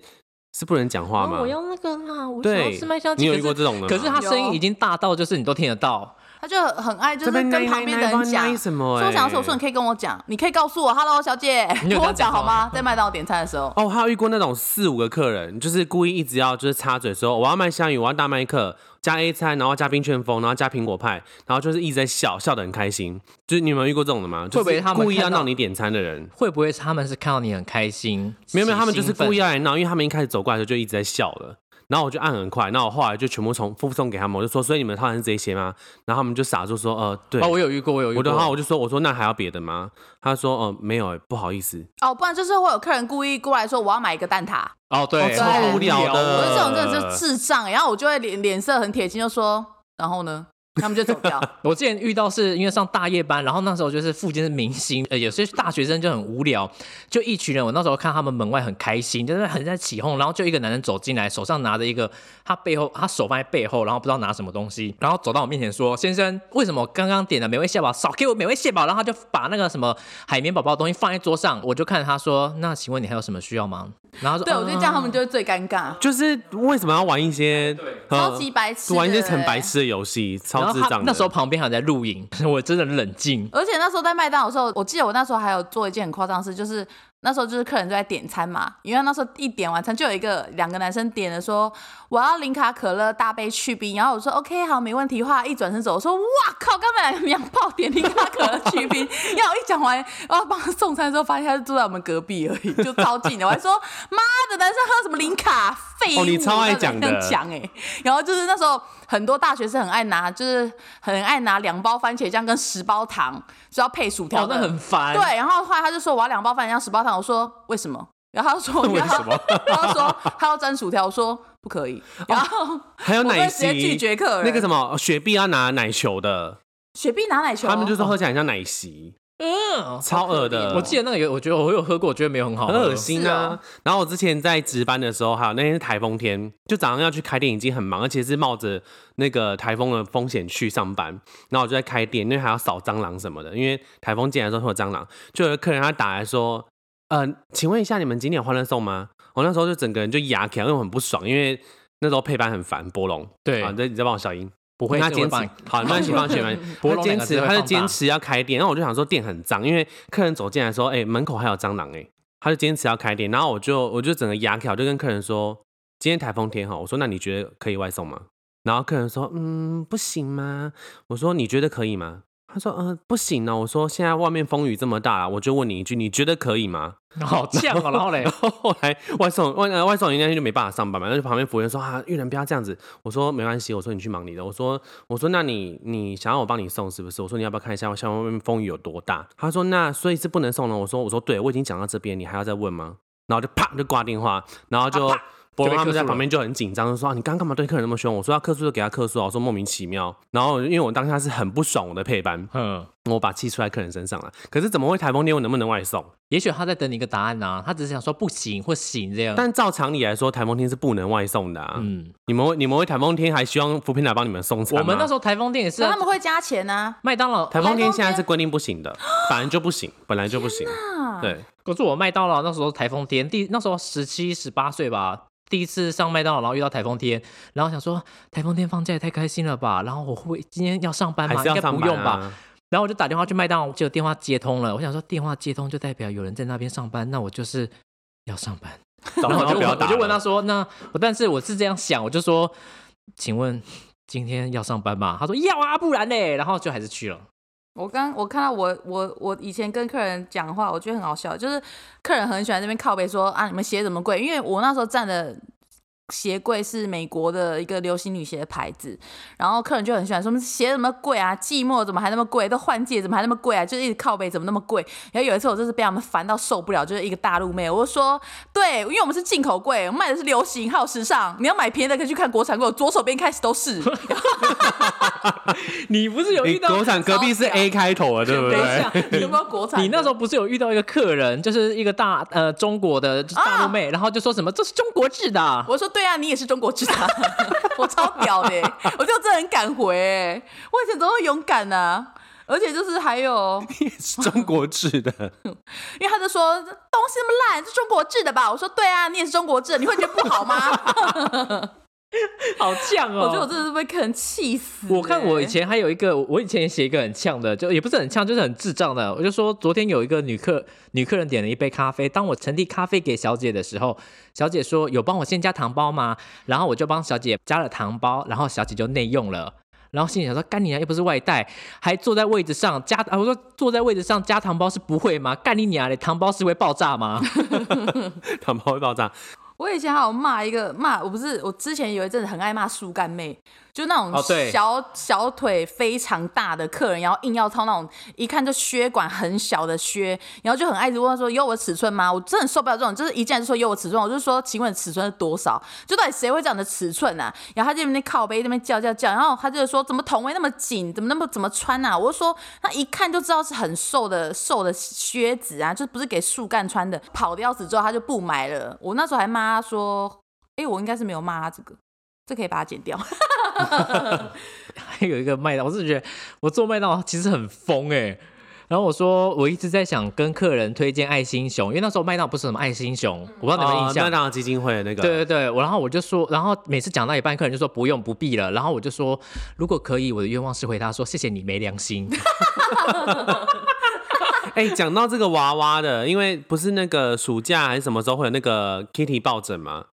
是不能讲话吗？我要那个啦，我想要对吃麦香，鸡。你有可遇是过这种的吗？可是他声音已经大到，就是你都听得到。他就很爱，就是这边跟奶旁边的奶奶人讲奶，什么欸说我想要说，我说你可以跟我讲，你可以告诉我，Hello 小姐，你有跟这我样讲讲好吗吗？在麦当劳点餐的时候，哦，我还有遇过那种四五个客人，就是故意一直要就是插嘴说我要卖香芋，我要大麦克，加 A 餐，然后加冰旋风，然后加苹果派，然后就是一直在笑，笑得很开心。就是你有没有遇过这种的吗？就会不会是他们故意要看到闹你点餐的人？会不会他们是看到你很开心？没有没有，他们就是故意啊。要来闹，因为他们一开始走过来的时候就一直在笑了。然后我就按很快，然后我后来就全部从附送给他们，我就说，所以你们套餐是这些吗？然后他们就傻住说，呃，对。哦，我有遇过，我有遇我过。的话我就说，我说那还要别的吗？他说，呃，没有、欸，不好意思。哦，不然就是会有客人故意过来说我要买一个蛋挞，哦，对，哦超无聊的我呃觉得这种真的是智障欸，然后我就会脸脸色很铁青，就说然后呢，他们就走掉。我之前遇到是因为上大夜班，然后那时候就是附近是明星，呃，有些大学生就很无聊，就一群人。我那时候看他们门外很开心，就是很在起哄，然后就一个男人走进来，手上拿着一个他背后他手放在背后，然后不知道拿什么东西，然后走到我面前说：“先生，为什么我刚刚点的美味蟹堡少给我美味蟹堡？”然后他就把那个什么海绵宝宝的东西放在桌上，我就看着他说：“那请问你还有什么需要吗？”然后他说：“啊对，我觉得这样他们就会最尴尬，就是为什么要玩一些呃超级白痴的玩一些很白痴的游戏，然超后智他障的。那时候旁边还在录影，我真的冷静。 而且那时候在麦当劳的时候，我记得我那时候还有做一件很夸张的事，就是那时候就是客人就在点餐嘛，因为那时候一点完餐就有一个两个男生点了说我要零卡可乐大杯去冰，然后我说 OK 好没问题，话一转身走，我说哇靠，刚才两炮点零卡可乐去冰， 然后我一讲完，然后帮他送餐的时候发现他就住在我们隔壁而已，就超近的，我还说妈的男生喝什么零卡废物，哦你超爱那种讲的这样讲哎、然后就是那时候很多大学生很爱拿，就是很爱拿两包番茄酱跟十包糖，就要配薯条搞哦的，得很烦。对，然后后来他就说我要两包番茄酱十包糖，我说为什么？然后他就说 为 什么？然后说他要沾薯条，我说不可以。然 后还有我奶会昔，直接拒绝客人。那个什么雪碧要拿奶球的，雪碧拿奶球，他们就说喝起来很像奶昔，嗯，超恶的。我记得那个有，我觉得我有喝过，我觉得没有很好喝，呃很恶心是啊哦！然后我之前在值班的时候，还有那天是台风天，就早上要去开店，已经很忙，而且是冒着那个台风的风险去上班。然后我就在开店，因为还要扫蟑螂什么的，因为台风进来的时候会有蟑螂。就有个客人他打来说：“呃，请问一下，你们今天有欢乐颂吗？”我那时候就整个人就牙起来，因为我很不爽，因为那时候配班很烦，波龙。对啊，对，你再帮我小音。不会他这个坚会持放，好， 没关系，放学没关系博他龙两坚个持，字会他就放大坚持要开店。然后我就想说店很脏，因为客人走进来说，哎、门口还有蟑螂哎、他就坚持要开店。然后我就我就整个牙条就跟客人说，今天台风天哈，我说那你觉得可以外送吗？然后客人说，嗯，不行吗？我说你觉得可以吗？他说，嗯、不行呢。我说现在外面风雨这么大啦，我就问你一句，你觉得可以吗？ 好呛哦。然后 嘞然，后后来外送外呃外送员那天就没办法上班嘛，那就旁边服务员说啊，玉人不要这样子。我说没关系，我说你去忙你的。我说我说那你你想要我帮你送是不是？我说你要不要看一下像外面风雨有多大？他说那所以是不能送了。我说我说对，我已经讲到这边，你还要再问吗？然后就啪就挂电话，然后就。博龙他们在旁边就很紧张，就说、啊、你刚刚干嘛对客人那么凶？我说要客诉就给他客诉啊，我说莫名其妙。然后因为我当下是很不爽我的配班，嗯，我把气出在客人身上了。可是怎么会台风天我能不能外送？也许他在等你一个答案呢、他只是想说不行或行这样。但照常理来说，台风天是不能外送的啊。嗯，你们会你们会台风天还希望扶贫来帮你们送餐我吗们那时候台风店也是所以啊、他们会加钱啊。麦当劳，台台风天风天现在是规定不行的，本来就不行，本来就不行。对，可是我麦当劳那时候台风天，第那时候十七十八岁吧，第一次上麦当劳，然后遇到台风天，然后想说台风天放假也太开心了吧，然后我会今天要上班还吗？是要哎应该上不班用吧。啊。然后我就打电话去麦当劳，结果电话接通了，我想说电话接通就代表有人在那边上班，那我就是要上班。早然后上我就不要问我打就问他了。说，那我但是我是这样想，我就说，请问今天要上班吗？他说要啊，不然嘞，然后就还是去了。我刚我看到我我我以前跟客人讲话，我觉得很好笑，就是客人很喜欢这边靠背说啊，你们鞋怎么贵？因为我那时候站的鞋柜是美国的一个流行女鞋的牌子，然后客人就很喜欢说鞋怎么贵啊，寂寞怎么还那么贵，都换季怎么还那么贵啊，就一直靠背怎么那么贵。然后有一次我就是被他们烦到受不了，就是一个大陆妹，我就说对，因为我们是进口柜，我们卖的是流行还有时尚，你要买便宜的可以去看国产柜，我左手边开始都是。 你不是有你遇到？哎国产隔壁是烧掉 A 开头啊的，对不等一对下？，你有没有国产的？你那时候不是有遇到一个客人，就是一个大呃中国的就是啊大陆妹，然后就说什么这是中国制的啊、我说对啊，你也是中国之塔， 我超屌的欸、我就真的很敢回、欸，我以前怎么会勇敢呢、而且就是还有，是 中国制的， 因为他就说东西那么烂，是中国制的吧？我说对啊，你也是中国制的，你会觉得不好吗？好呛 哦！我觉得我真的是被客人气死欸、我看我以前还有一个，我以前也写一个很呛的，就也不是很呛，就是很智障的。我就说，昨天有一个女客女客人点了一杯咖啡，当我盛递咖啡给小姐的时候，小姐说有帮我先加糖包吗？然后我就帮小姐加了糖包，然后小姐就内用了。然后心里想说，干你娘，又不是外带，还坐在位置上加啊！我说坐在位置上加糖包是不会吗？干你娘嘞，糖包是会爆炸吗？糖包会爆炸。我以前还有骂一个骂，我不是我之前有一阵子很爱骂树干妹，就那哦对种小、小腿非常大的客人，然后硬要操那种一看就血管很小的靴，然后就很爱一直问她说有我尺寸吗？我真的很受不了这种，就是一进来就说有我尺寸，我就说请问尺寸是多少？就到底谁会讲你的尺寸啊？然后他就在那边靠背那边叫叫叫，然后他就说怎么筒围那么紧，怎么那么怎么穿啊？我就说他一看就知道是很瘦的瘦的靴子啊，就不是给树干穿的。跑的要死之后他就不买了。我那时候还骂他说，诶，我应该是没有骂他这个，这可以把它剪掉。 还有一个麦当，我是觉得我做麦当劳其实很疯哎、然后我说我一直在想跟客人推荐爱心熊，因为那时候麦当劳不是什么爱心熊，我不知道你们有没有印哦象。麦当劳基金会的那个，对对对，我然后我就说，然后每次讲到一半，客人就说不用不必了，然后我就说 如果可以，我的愿望是回答说谢谢你没良心。哎、讲到这个娃娃的，因为不是那个暑假还是什么时候会有那个 Kitty 抱枕吗？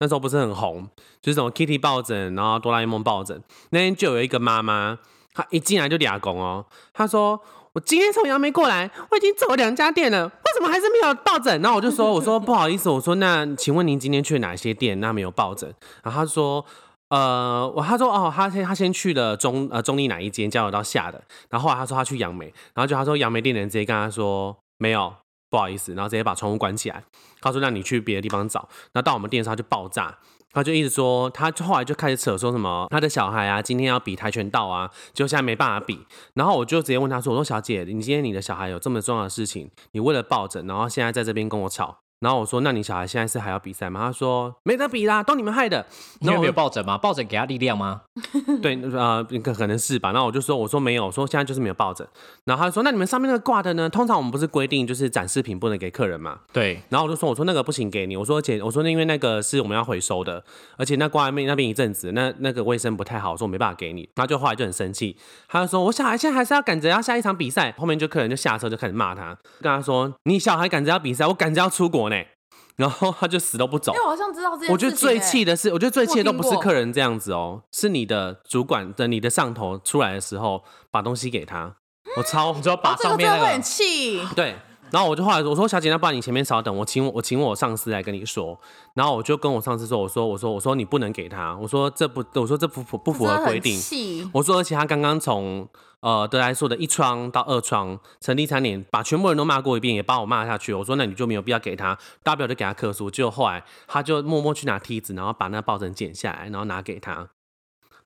那时候不是很红，就是什么 Kitty 抱枕，然后哆啦 A 梦抱枕。那天就有一个妈妈，她一进来就俩拱哦，她说：“我今天从杨梅过来，我已经走了两家店了，为什么还是没有抱枕？”然后我就说：“我说不好意思，我说那请问您今天去哪些店？那没有抱枕？”然后她说。呃，我他说哦，他先他先去了中呃中立哪一间交流到下的，然后后来他说他去杨梅，然后就他说杨梅店的人直接跟他说没有，不好意思，然后直接把窗户关起来。他说让你去别的地方找，那到我们店的时候他就爆炸，他就一直说他后来就开始扯说什么他的小孩啊今天要比跆拳道啊，结果现在没办法比。然后我就直接问他说，我说小姐，你今天你的小孩有这么重要的事情，你为了抱枕，然后现在在这边跟我吵。然后我说：“那你小孩现在是还要比赛吗？”他说：“没得比啦，都你们害的。”你然有后没我有抱枕吗？抱枕给他力量吗？对，呃，可可能是吧。那我就说，我说没有，我说现在就是没有抱枕。然后他就说，那你们上面那个挂的呢？通常我们不是规定就是展示品不能给客人嘛？对，然后我就说，我说那个不行给你，我说姐，我说那因为那个是我们要回收的，而且那挂在那那边一阵子，那那个卫生不太好，我说我没办法给你。然后就后来就很生气，他就说我小孩现在还是要赶着要下一场比赛，后面就客人就下车就开始骂他，跟他说你小孩赶着要比赛，我赶着要出国呢。然后他就死都不走因为，我好像知道这件事情、欸。我觉得最气的是，我觉得最气的都不我是听过客人这样子哦，是你的主管的你的上头出来的时候把东西给他，我超你知道把哦，这上个面真那的会个很气。对。然后我就后来我说小姐，那不然你前面稍等，我请我我请我上司来跟你说。然后我就跟我上司说，我说我说我说你不能给他，我说这不我说这不符不符真合的规很定。气，我说，而且他刚刚从呃德莱硕的一窗到二窗，成立餐点，把全部人都骂过一遍，也把我骂下去。我说，那你就没有必要给他，大不了就给他克数。结果后来他就默默去拿梯子，然后把那抱枕剪下来，然后拿给他。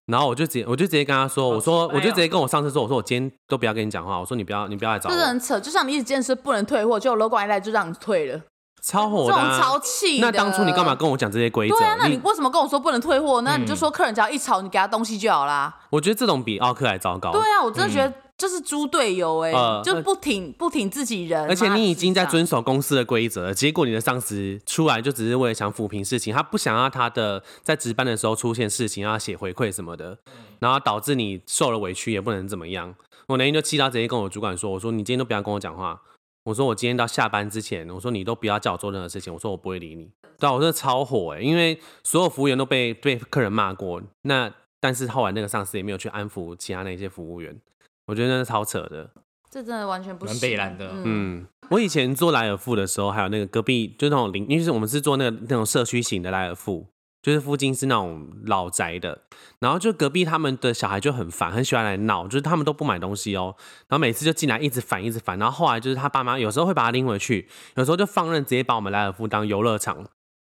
然后我就直接，我就直接跟他说，我好奇说，怪哦我就直接跟我上司说，我说我今天都不要跟你讲话，我说你不要，你不要来找这是我，很扯。就像你一直坚持不能退货，结果楼管一来就让你退了，超这火的种啊、超气的。那当初你干嘛？跟我讲这些规则？对啊，那你为什么跟我说不能退货？那嗯你就说客人只要一吵，你给他东西就好啦。我觉得这种比奥克还糟糕。对啊，我真的觉嗯得就是猪队友哎、呃就不挺不挺自己人，而且妈你已经在智障遵守公司的规则了，结果你的上司出来就只是为了想抚平事情，他不想要他的在值班的时候出现事情，要写回馈什么的，然后导致你受了委屈也不能怎么样。我那天就气到直接跟我主管说：“我说你今天都不要跟我讲话，我说我今天到下班之前，我说你都不要叫我做任何事情，我说我不会理你。”对啊，我真的超火哎、因为所有服务员都被被客人骂过，那但是后来那个上司也没有去安抚其他那些服务员，我觉得那是超扯的。这真的完全不蛮行，北蓝的嗯，嗯，我以前做莱尔富的时候，还有那个隔壁就那种邻，因为是我们是做那个那种社区型的莱尔富，就是附近是那种老宅的，然后就隔壁他们的小孩就很烦，很喜欢来闹，就是他们都不买东西哦，然后每次就进来一直烦一直烦，然后后来就是他爸妈有时候会把他拎回去，有时候就放任直接把我们莱尔富当游乐场。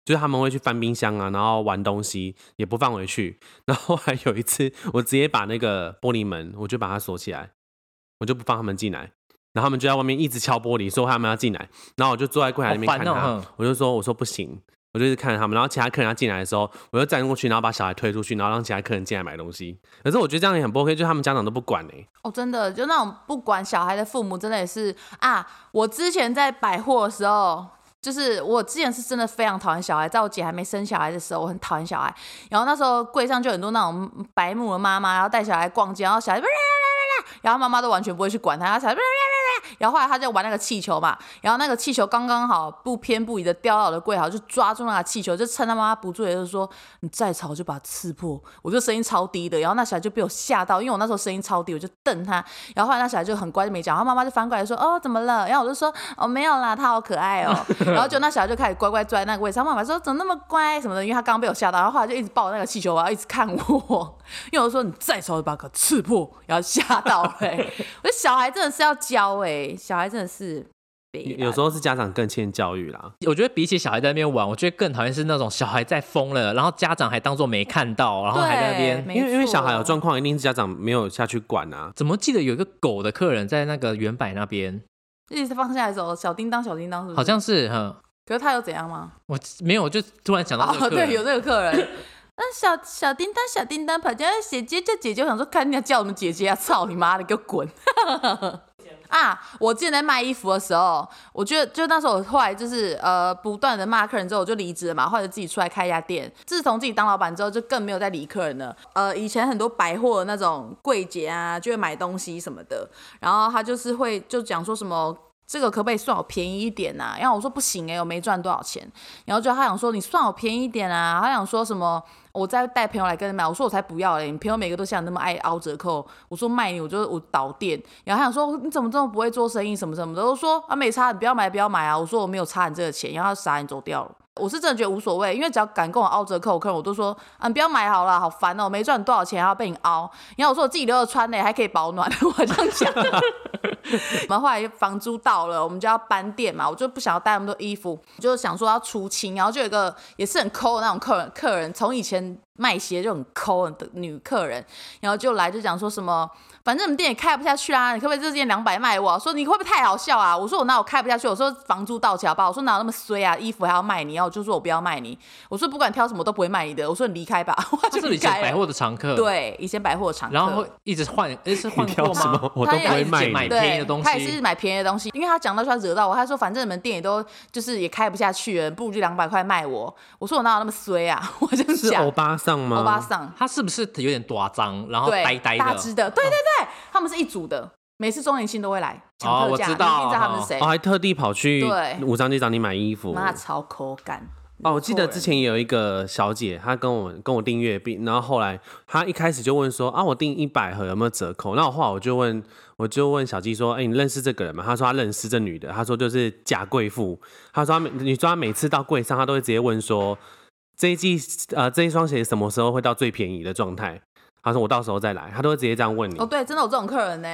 就是他们会去翻冰箱啊，然后玩东西也不放回去。然后还有一次，我直接把那个玻璃门，我就把它锁起来，我就不放他们进来。然后他们就在外面一直敲玻璃，说他们要进来。然后我就坐在柜台那边好看烦他，哦哼我就说我说不行，我就是看着他们。然后其他客人要进来的时候，我就站过去，然后把小孩推出去，然后让其他客人进来买东西。可是我觉得这样也很不 OK，就是他们家长都不管哎、哦，真的就那种不管小孩的父母，真的也是啊。我之前在百货的时候。就是我之前是真的非常讨厌小孩，在我姐还没生小孩的时候，我很讨厌小孩。然后那时候柜上就很多那种白目的妈妈，然后带小孩逛街，然后小孩就 然后妈妈都完全不会去管他，他小孩就然后后来他就玩那个气球嘛，然后那个气球刚刚好不偏不倚的掉到我的柜好，就抓住那个气球，就趁他妈妈不注意，就说你再吵就把它刺破。我就声音超低的，然后那小孩就被我吓到，因为我那时候声音超低，我就瞪他。然后后来那小孩就很乖，就没讲。然后妈妈就翻过来说：“哦，怎么了？”然后我就说：“哦，没有啦，他好可爱哦。”然后就那小孩就开始乖乖坐在那个位置上。妈妈说：“怎么那么乖？”什么的，因为他刚刚被我吓到，然后后来就一直抱那个气球，然后一直看我，因为我说：“你再吵就把它刺破。”然后吓到了、 欸。我觉得小孩真的是要教哎、小孩真的是北有兰有时候是家长更欠教育啦。我觉得比起小孩在那边玩，我觉得更讨厌是那种小孩在疯了，然后家长还当做没看到，然后还在那边对没因为因为小孩有错状况，一定是家长没有下去管啊。怎么记得有一个狗的客人在那个原百那边，一直放下来走，小叮当小叮当是不是好像是哈，可是他又怎样吗？我没有，我就突然想到这个客人，哦对，有这个客人。 那小小叮当，小叮当跑进来，姐姐叫姐姐，我想说，看人家叫我们姐姐啊，操你妈的，给我滚！ 啊，我之前在卖衣服的时候，我觉得就那时候我后来就是呃不断的骂客人之后，我就离职了嘛，后来就自己出来开一家店。自从自己当老板之后，就更没有再理客人了。呃，以前很多百货的那种柜姐啊，就会买东西什么的，然后他就是会就讲说什么。这个可不可以算我便宜一点呐、然后我说不行哎、我没赚多少钱。然后就他想说你算我便宜一点啊，他想说什么我再带朋友来跟你买，我说我才不要嘞，你朋友每个都像你那么爱凹折扣，我说卖你我就我倒店。然后他想说你怎么这么不会做生意什么什么的，我说啊没差，你不要买不要买啊，我说我没有差你这个钱，然后他傻眼走掉了。我是真的觉得无所谓，因为只要敢跟我凹折扣，客人我都说，啊，你不要买好了，好烦哦、没赚你多少钱还要被你凹。然后我说我自己留着穿呢、还可以保暖，我好像讲。 然后后来房租到了，我们就要搬店嘛，我就不想要带那么多衣服，就想说要出清。然后就有一个也是很抠的那种客人，客人从以前卖鞋就很抠的女客人，然后就来就讲说什么，反正我们店也开不下去啊，你可不可以这件两百卖我、啊？说你会不会太好笑啊？我说我哪有开不下去？我说房租到期好不好？ 我说哪有那么衰啊？衣服还要卖你，然后我就说我不要卖你，我说不管挑什么都不会卖你的，我说你离开吧，我他就是以离前开百了。货的常客，，对，以前百 货常客。然后一直换，诶是换你货挑什吗么？我他都不也会一直卖买你。啊便宜的东西他也是买便宜的东西，因为他讲到说他惹到我，他说反正你们店也都就是也开不下去了，不如就两百块卖我。我说我哪有那么衰啊， 我这样 是讲。欧巴桑吗？欧巴桑，他是不是有点多脏，然后对，呆呆大只的？的，对对对，他们是一组的，每次周年庆都会来抢特价，哦我知你一道定知道他们是谁哦，。还特地跑去对五张街找你买衣服。妈超口感，哦，我记得错人之前也有一个小姐，她跟我跟我订月饼，然后后来她一开始就问说啊，我订一百盒有没有折扣？那我后来我就问，我就问小鸡说，哎、你认识这个人吗？她说她认识这女的，她说就是假贵妇，她说她每你说她每次到柜上，她都会直接问说这一季呃这一双鞋什么时候会到最便宜的状态？她说我到时候再来，她都会直接这样问你。哦，对，真的有这种客人呢、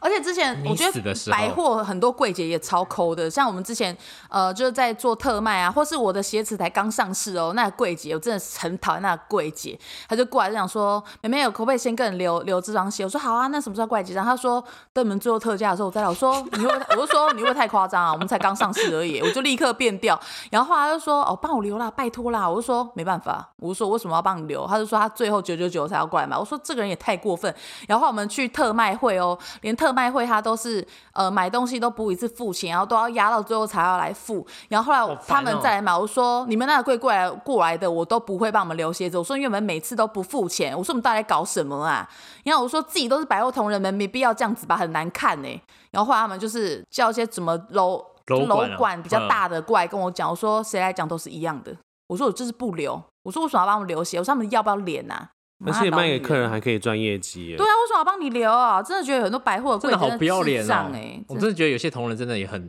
而且之前你我觉死得的时候百货很多柜姐也超抠的，像我们之前呃就是在做特卖啊，或是我的鞋子才刚上市哦，那个柜姐我真的是很讨厌那个柜姐，她就过来就想说，妹妹有可不可以先跟你留留这双鞋？我说好啊，那什么时候过来结账？她说等你们最后特价的时候我再来。我说你会， 我就说你会不会太夸张啊？我们才刚上市而已，我就立刻变调。然后后来她就说哦，帮我留啦，拜托啦。我就说没办法，我就说为什么要帮你留？她就说她最后九九九才要过来买。我说这个人也太过分。然后我们去特卖会哦，连特卖会他都是呃买东西都不一次付钱，然后都要压到最后才要来付。然后后来我好烦他们哦再来买，我说你们那个柜过来过来的，我都不会帮我们留鞋子。我说因为你们每次都不付钱，我说我们到底在搞什么啊？然后我说自己都是百货同仁们，没必要这样子吧，很难看呢、然后后来他们就是叫一些怎么楼楼就管啊管比较大的过来跟我讲，我说谁来讲都是一样的。我说我就是不留，我说为什么要帮我们留鞋？我说他们要不要脸呐、而妈且老卖给女客人人还可以赚业绩耶。对啊，为什么要帮你留啊？真的觉得有很多百货的柜真的好不要智脸障哦哎！！我真真的觉得有些同仁真的也很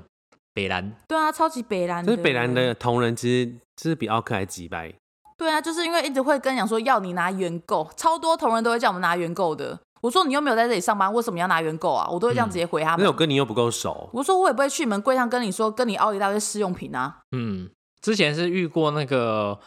北蓝。对啊，超级北兰，就是北兰嗯的。同仁其实就是比奥克还几百。对啊，就是因为一直会跟你讲说要你拿原购，超多同仁都会叫我们拿原购的。我说你又没有在这里上班，为什么要拿原购啊？我都会这样直接回他那们。我跟你又不 够熟，我说我也不会去你们柜上跟你说跟你凹一大堆试用品啊。嗯，之前是遇过那个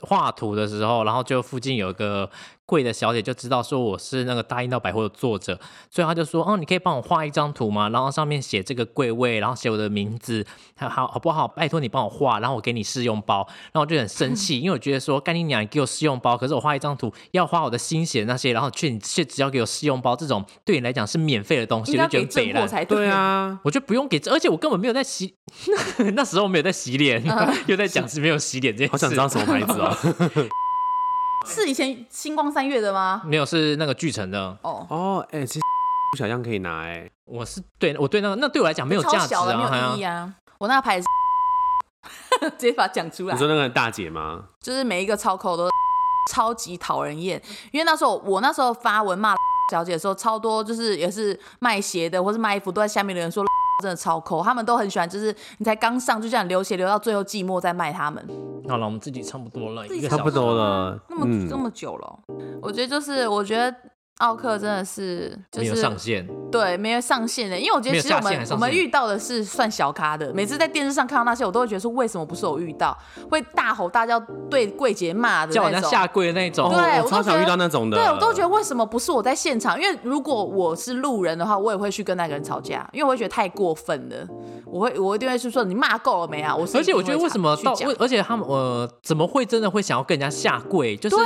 画图的时候，然后就附近有一个贵的小姐就知道说我是那个大英道百货的作者，所以她就说：“哦，你可以帮我画一张图吗？然后上面写这个柜位，然后写我的名字，好好好不好？拜托你帮我画，然后我给你试用包。”然后我就很生气，因为我觉得说干你娘，你给我试用包，可是我画一张图要花我的心血那些，然后却你却只要给我试用包这种对你来讲是免费的东应西，该我要就给觉得北正货烂。才对。啊，我就不用给，而且我根本没有在洗， 那时候没有在洗脸，嗯又在讲是没有洗脸这件事。好想知道什么牌子哦。是以前星光三月的吗？ 没有是那个巨城的，哦， 哦，哎、其实小样可以拿哎、我是对我对那个那对我来讲没有超价值小的，没啊，有意义啊。我那个牌子 直接把它讲出来你。说那个大姐吗？就是每一个超口都 超级讨人厌。因为那时候我那时候发文骂 小姐的时候，超多就是也是卖鞋的或是卖衣服都在下面留言说 真的超抠，他们都很喜欢，就是你才刚上就这样流血流到最后寂寞再卖他们，好了，我们自己差不多嗯了，自己一个差小差不时。多了，那么、这么久了哦、我觉得就是我觉得。奥克真的是就没有是上限，对没有上限的，因为我觉得没有其实我下限还们上我限们遇到的是算小咖的，每次在电视上看到那些，我都会觉得说为什么不是我遇到，会大吼大叫对柜姐骂的叫人那家种。下跪的那一种。对哦我都觉我超想得遇到那种的，对，我都觉得为什么不是我在现场？因为如果我是路人的话，我也会去跟那个人吵架，因为我会觉得太过分了。我会，我一定会去说你骂够了没啊？我是而且一定会我嗯觉得为什么去到讲为，而且他们呃，怎么会真的会想要跟人家下跪？就是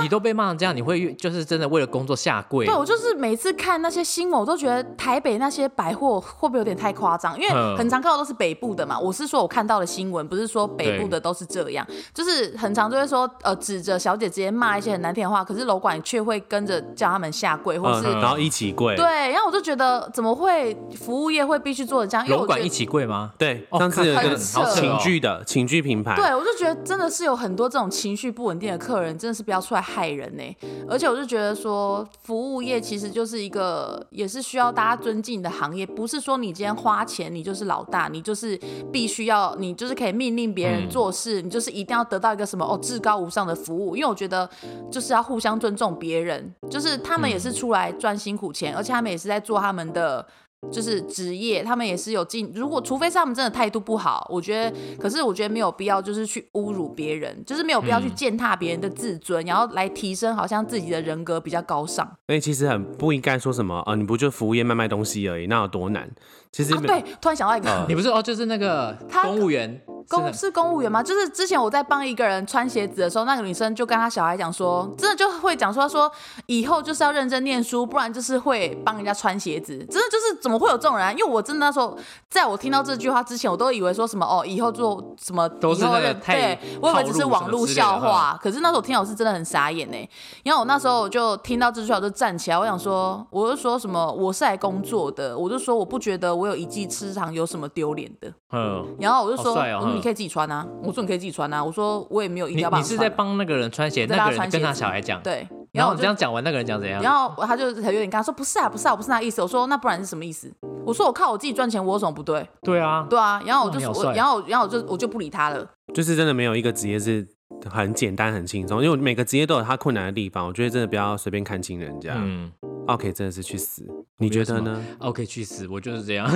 你都被骂成这样，你会就是真的为了工作下跪？啊对我就是每次看那些新闻，我都觉得台北那些百货会不会有点太夸张？因为嗯很常看到都是北部的嘛。我是说我看到的新闻，不是说北部的都是这样，就是很常就会说呃指着小姐直接骂一些很难听的话，可是楼管却会跟着叫他们下跪，或嗯，是、然后一起跪，对，然后我就觉得怎么会服务业会必须做的这样？因为楼我觉管得一起柜吗？对，哦上次有一看个很扯哦情趣的情趣品牌，对，我就觉得真的是有很多这种情绪不稳定的客人，真的是不要出来害人呢、而且我就觉得说，服务业其实就是一个也是需要大家尊敬的行业，不是说你今天花钱你就是老大，你就是必须要你就是可以命令别人做事，你就是一定要得到一个什么哦至高无上的服务。因为我觉得就是要互相尊重别人，就是他们也是出来赚辛苦钱，而且他们也是在做他们的。就是职业，他们也是有进。如果除非是他们真的态度不好，我觉得，可是我觉得没有必要，就是去侮辱别人，就是没有必要去践踏别人的自尊，然后来提升好像自己的人格比较高尚啊。所以其实很不应该说什么啊，你不就服务业卖卖东西而已，那有多难？其实啊没对，突然想到一个，你不是哦，就是那个他公务员，公是是公务员吗？就是之前我在帮一个人穿鞋子的时候，那个女生就跟她小孩讲说，真的就会讲说说以后就是要认真念书，不然就是会帮人家穿鞋子。真的就是怎么会有这种人啊、因为我真的那时候，在我听到这句话之前，我都以为说什么哦，以后做什么，都是以后那个认太对，我以为只是网络笑套路什么之类的话。可是那时候我听到我是真的很傻眼呢、欸然后我那时候我就听到这句话，我就站起来，我想说，我就说什么我是来工作的，我就说我不觉得我有一技之长有什么丢脸的。嗯，然后我就说，好帅哦嗯嗯你可以自己穿啊。我说你可以自己穿啊。我说我也没有一定你要帮你你是穿在帮那个人穿鞋，在帮那他个人穿跟鞋他子小孩讲，，对，然然后后我你就这样讲完，那个人讲怎样？然后他就有点跟他说不是啊，不是啊，我不是那意思。我说那不然是什么意思？我说我靠我自己赚钱，我有什么不对？对啊，对啊，然后我就哇你好说，帅然后然后我就我就不理他了。就是真的没有一个职业是很简单很轻松，因为每个职业都有它困难的地方。我觉得真的不要随便看轻人啊家。嗯 OK，真的是去死，你觉得呢？ ，OK，去死，我就 是这样，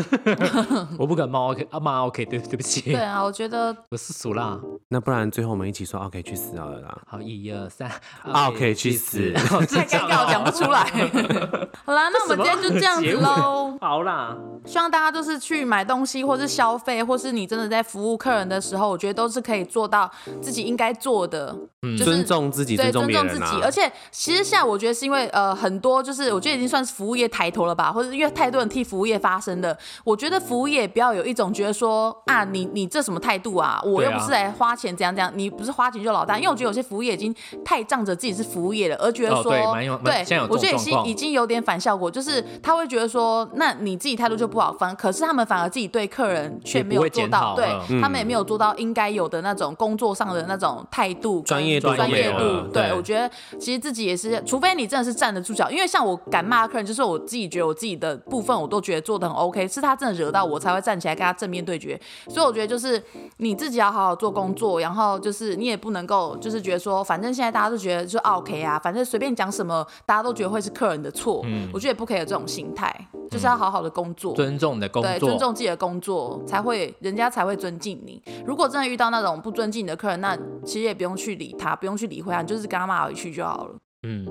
我不敢骂 OK 啊骂 OK，对对不起对，啊，我觉 得我是俗辣。那不然最后我们一起说 OK 去死好了啦。好，一二三啊 OK，去死好太正尴常尬，我哦讲不出来。 好啦，那我们今天就这样子喽。好啦，希望大家就是去买东西，或是消费，或是你真的在服务客人的时候，我觉得都是可以做到自己应该做的，嗯就是尊重自己，对，重尊别重人自己。啊而。且其实现在我觉得是因为呃很多就是我觉得已经算是服务业抬头了吧，或者因为太多人替服务业发声的。我觉得服务业不要有一种觉得说啊你你这什么态度啊，我又对啊不是来花钱怎样怎样，你不是花钱就老大。因为我觉得有些服务业已经太仗着自己是服务业了，而觉得哦说、对蛮有蛮现在有这种我觉得已状经况已经有点反效果，就是他会觉得说那你自己态度就不好，反可是他们反而自己对客人却也不没有会做检到，讨对、嗯他们也没有做到应该有的那种工作上的那种态度跟专业度都专没业有度了，对对我觉得其实自己也是，除非你真的是站得住脚，因为像我敢骂客人，就是我自己觉得我自己的部分我都觉得做的很 OK，是他真的惹到我才会站起来跟他正面对决。所以我觉得就是你自己要好好做工作，然后就是你也不能够就是觉得说，反正现在大家都觉得就 OK 啊，反正随便讲什么大家都觉得会是客人的错，我觉得也不可以有这种心态，就是要好好的工作。尊重你的工对，作，尊重自己的工作，才会人家才会尊敬你。如果真的遇到那种不尊敬你的客人，那其实也不用去理他，不用去理会啊他，你就是跟他骂回去就好了， 嗯，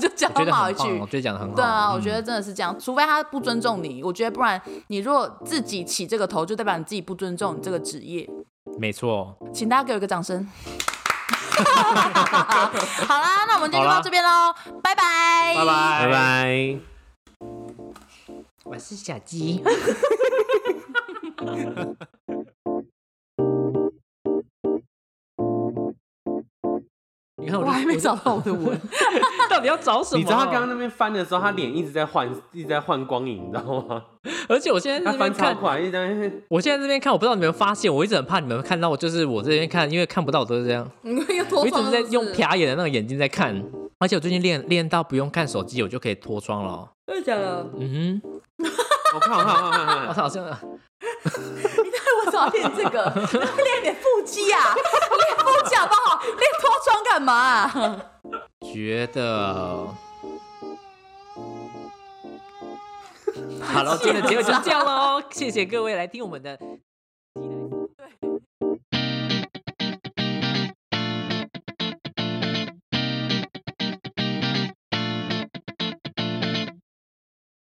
就叫我觉他得骂回很去。棒，我觉得讲的很好，对啊，我嗯觉得真的是这样，除非他不尊重你，我觉得不然，你如果自己起这个头，就代表你自己不尊重你这个职业。没错，请大家给我一个掌声。 好啦，那我们今天就好到啦这边喽，拜拜，拜拜，拜拜。我是小鸡。嗯 你看我我还没找到我的文。 到底要找什么？你知道他刚刚那边翻的时候，他脸一直在换，一直在换光影，你知道吗？而且我现在在他这翻边超看，快，一直在那边 我现在这边看，我不知道你们发现，我一直很怕你们看到，就是我这边看，因为看不到，我都是这样，你 又脱我一妆直了在是不是嗯用瞟眼的那个眼睛在看，而且我最近练练到不用看手机，我就可以脱妆了哦。真的假的？嗯哼， 我看，我看，我看我看，我我看。好像为什么要练这个？ 练点腹肌啊，练腹肌好不好？练脱妆干嘛、啊？觉 得。 好了，今天的节目就是这样喽，谢谢各位来听我们的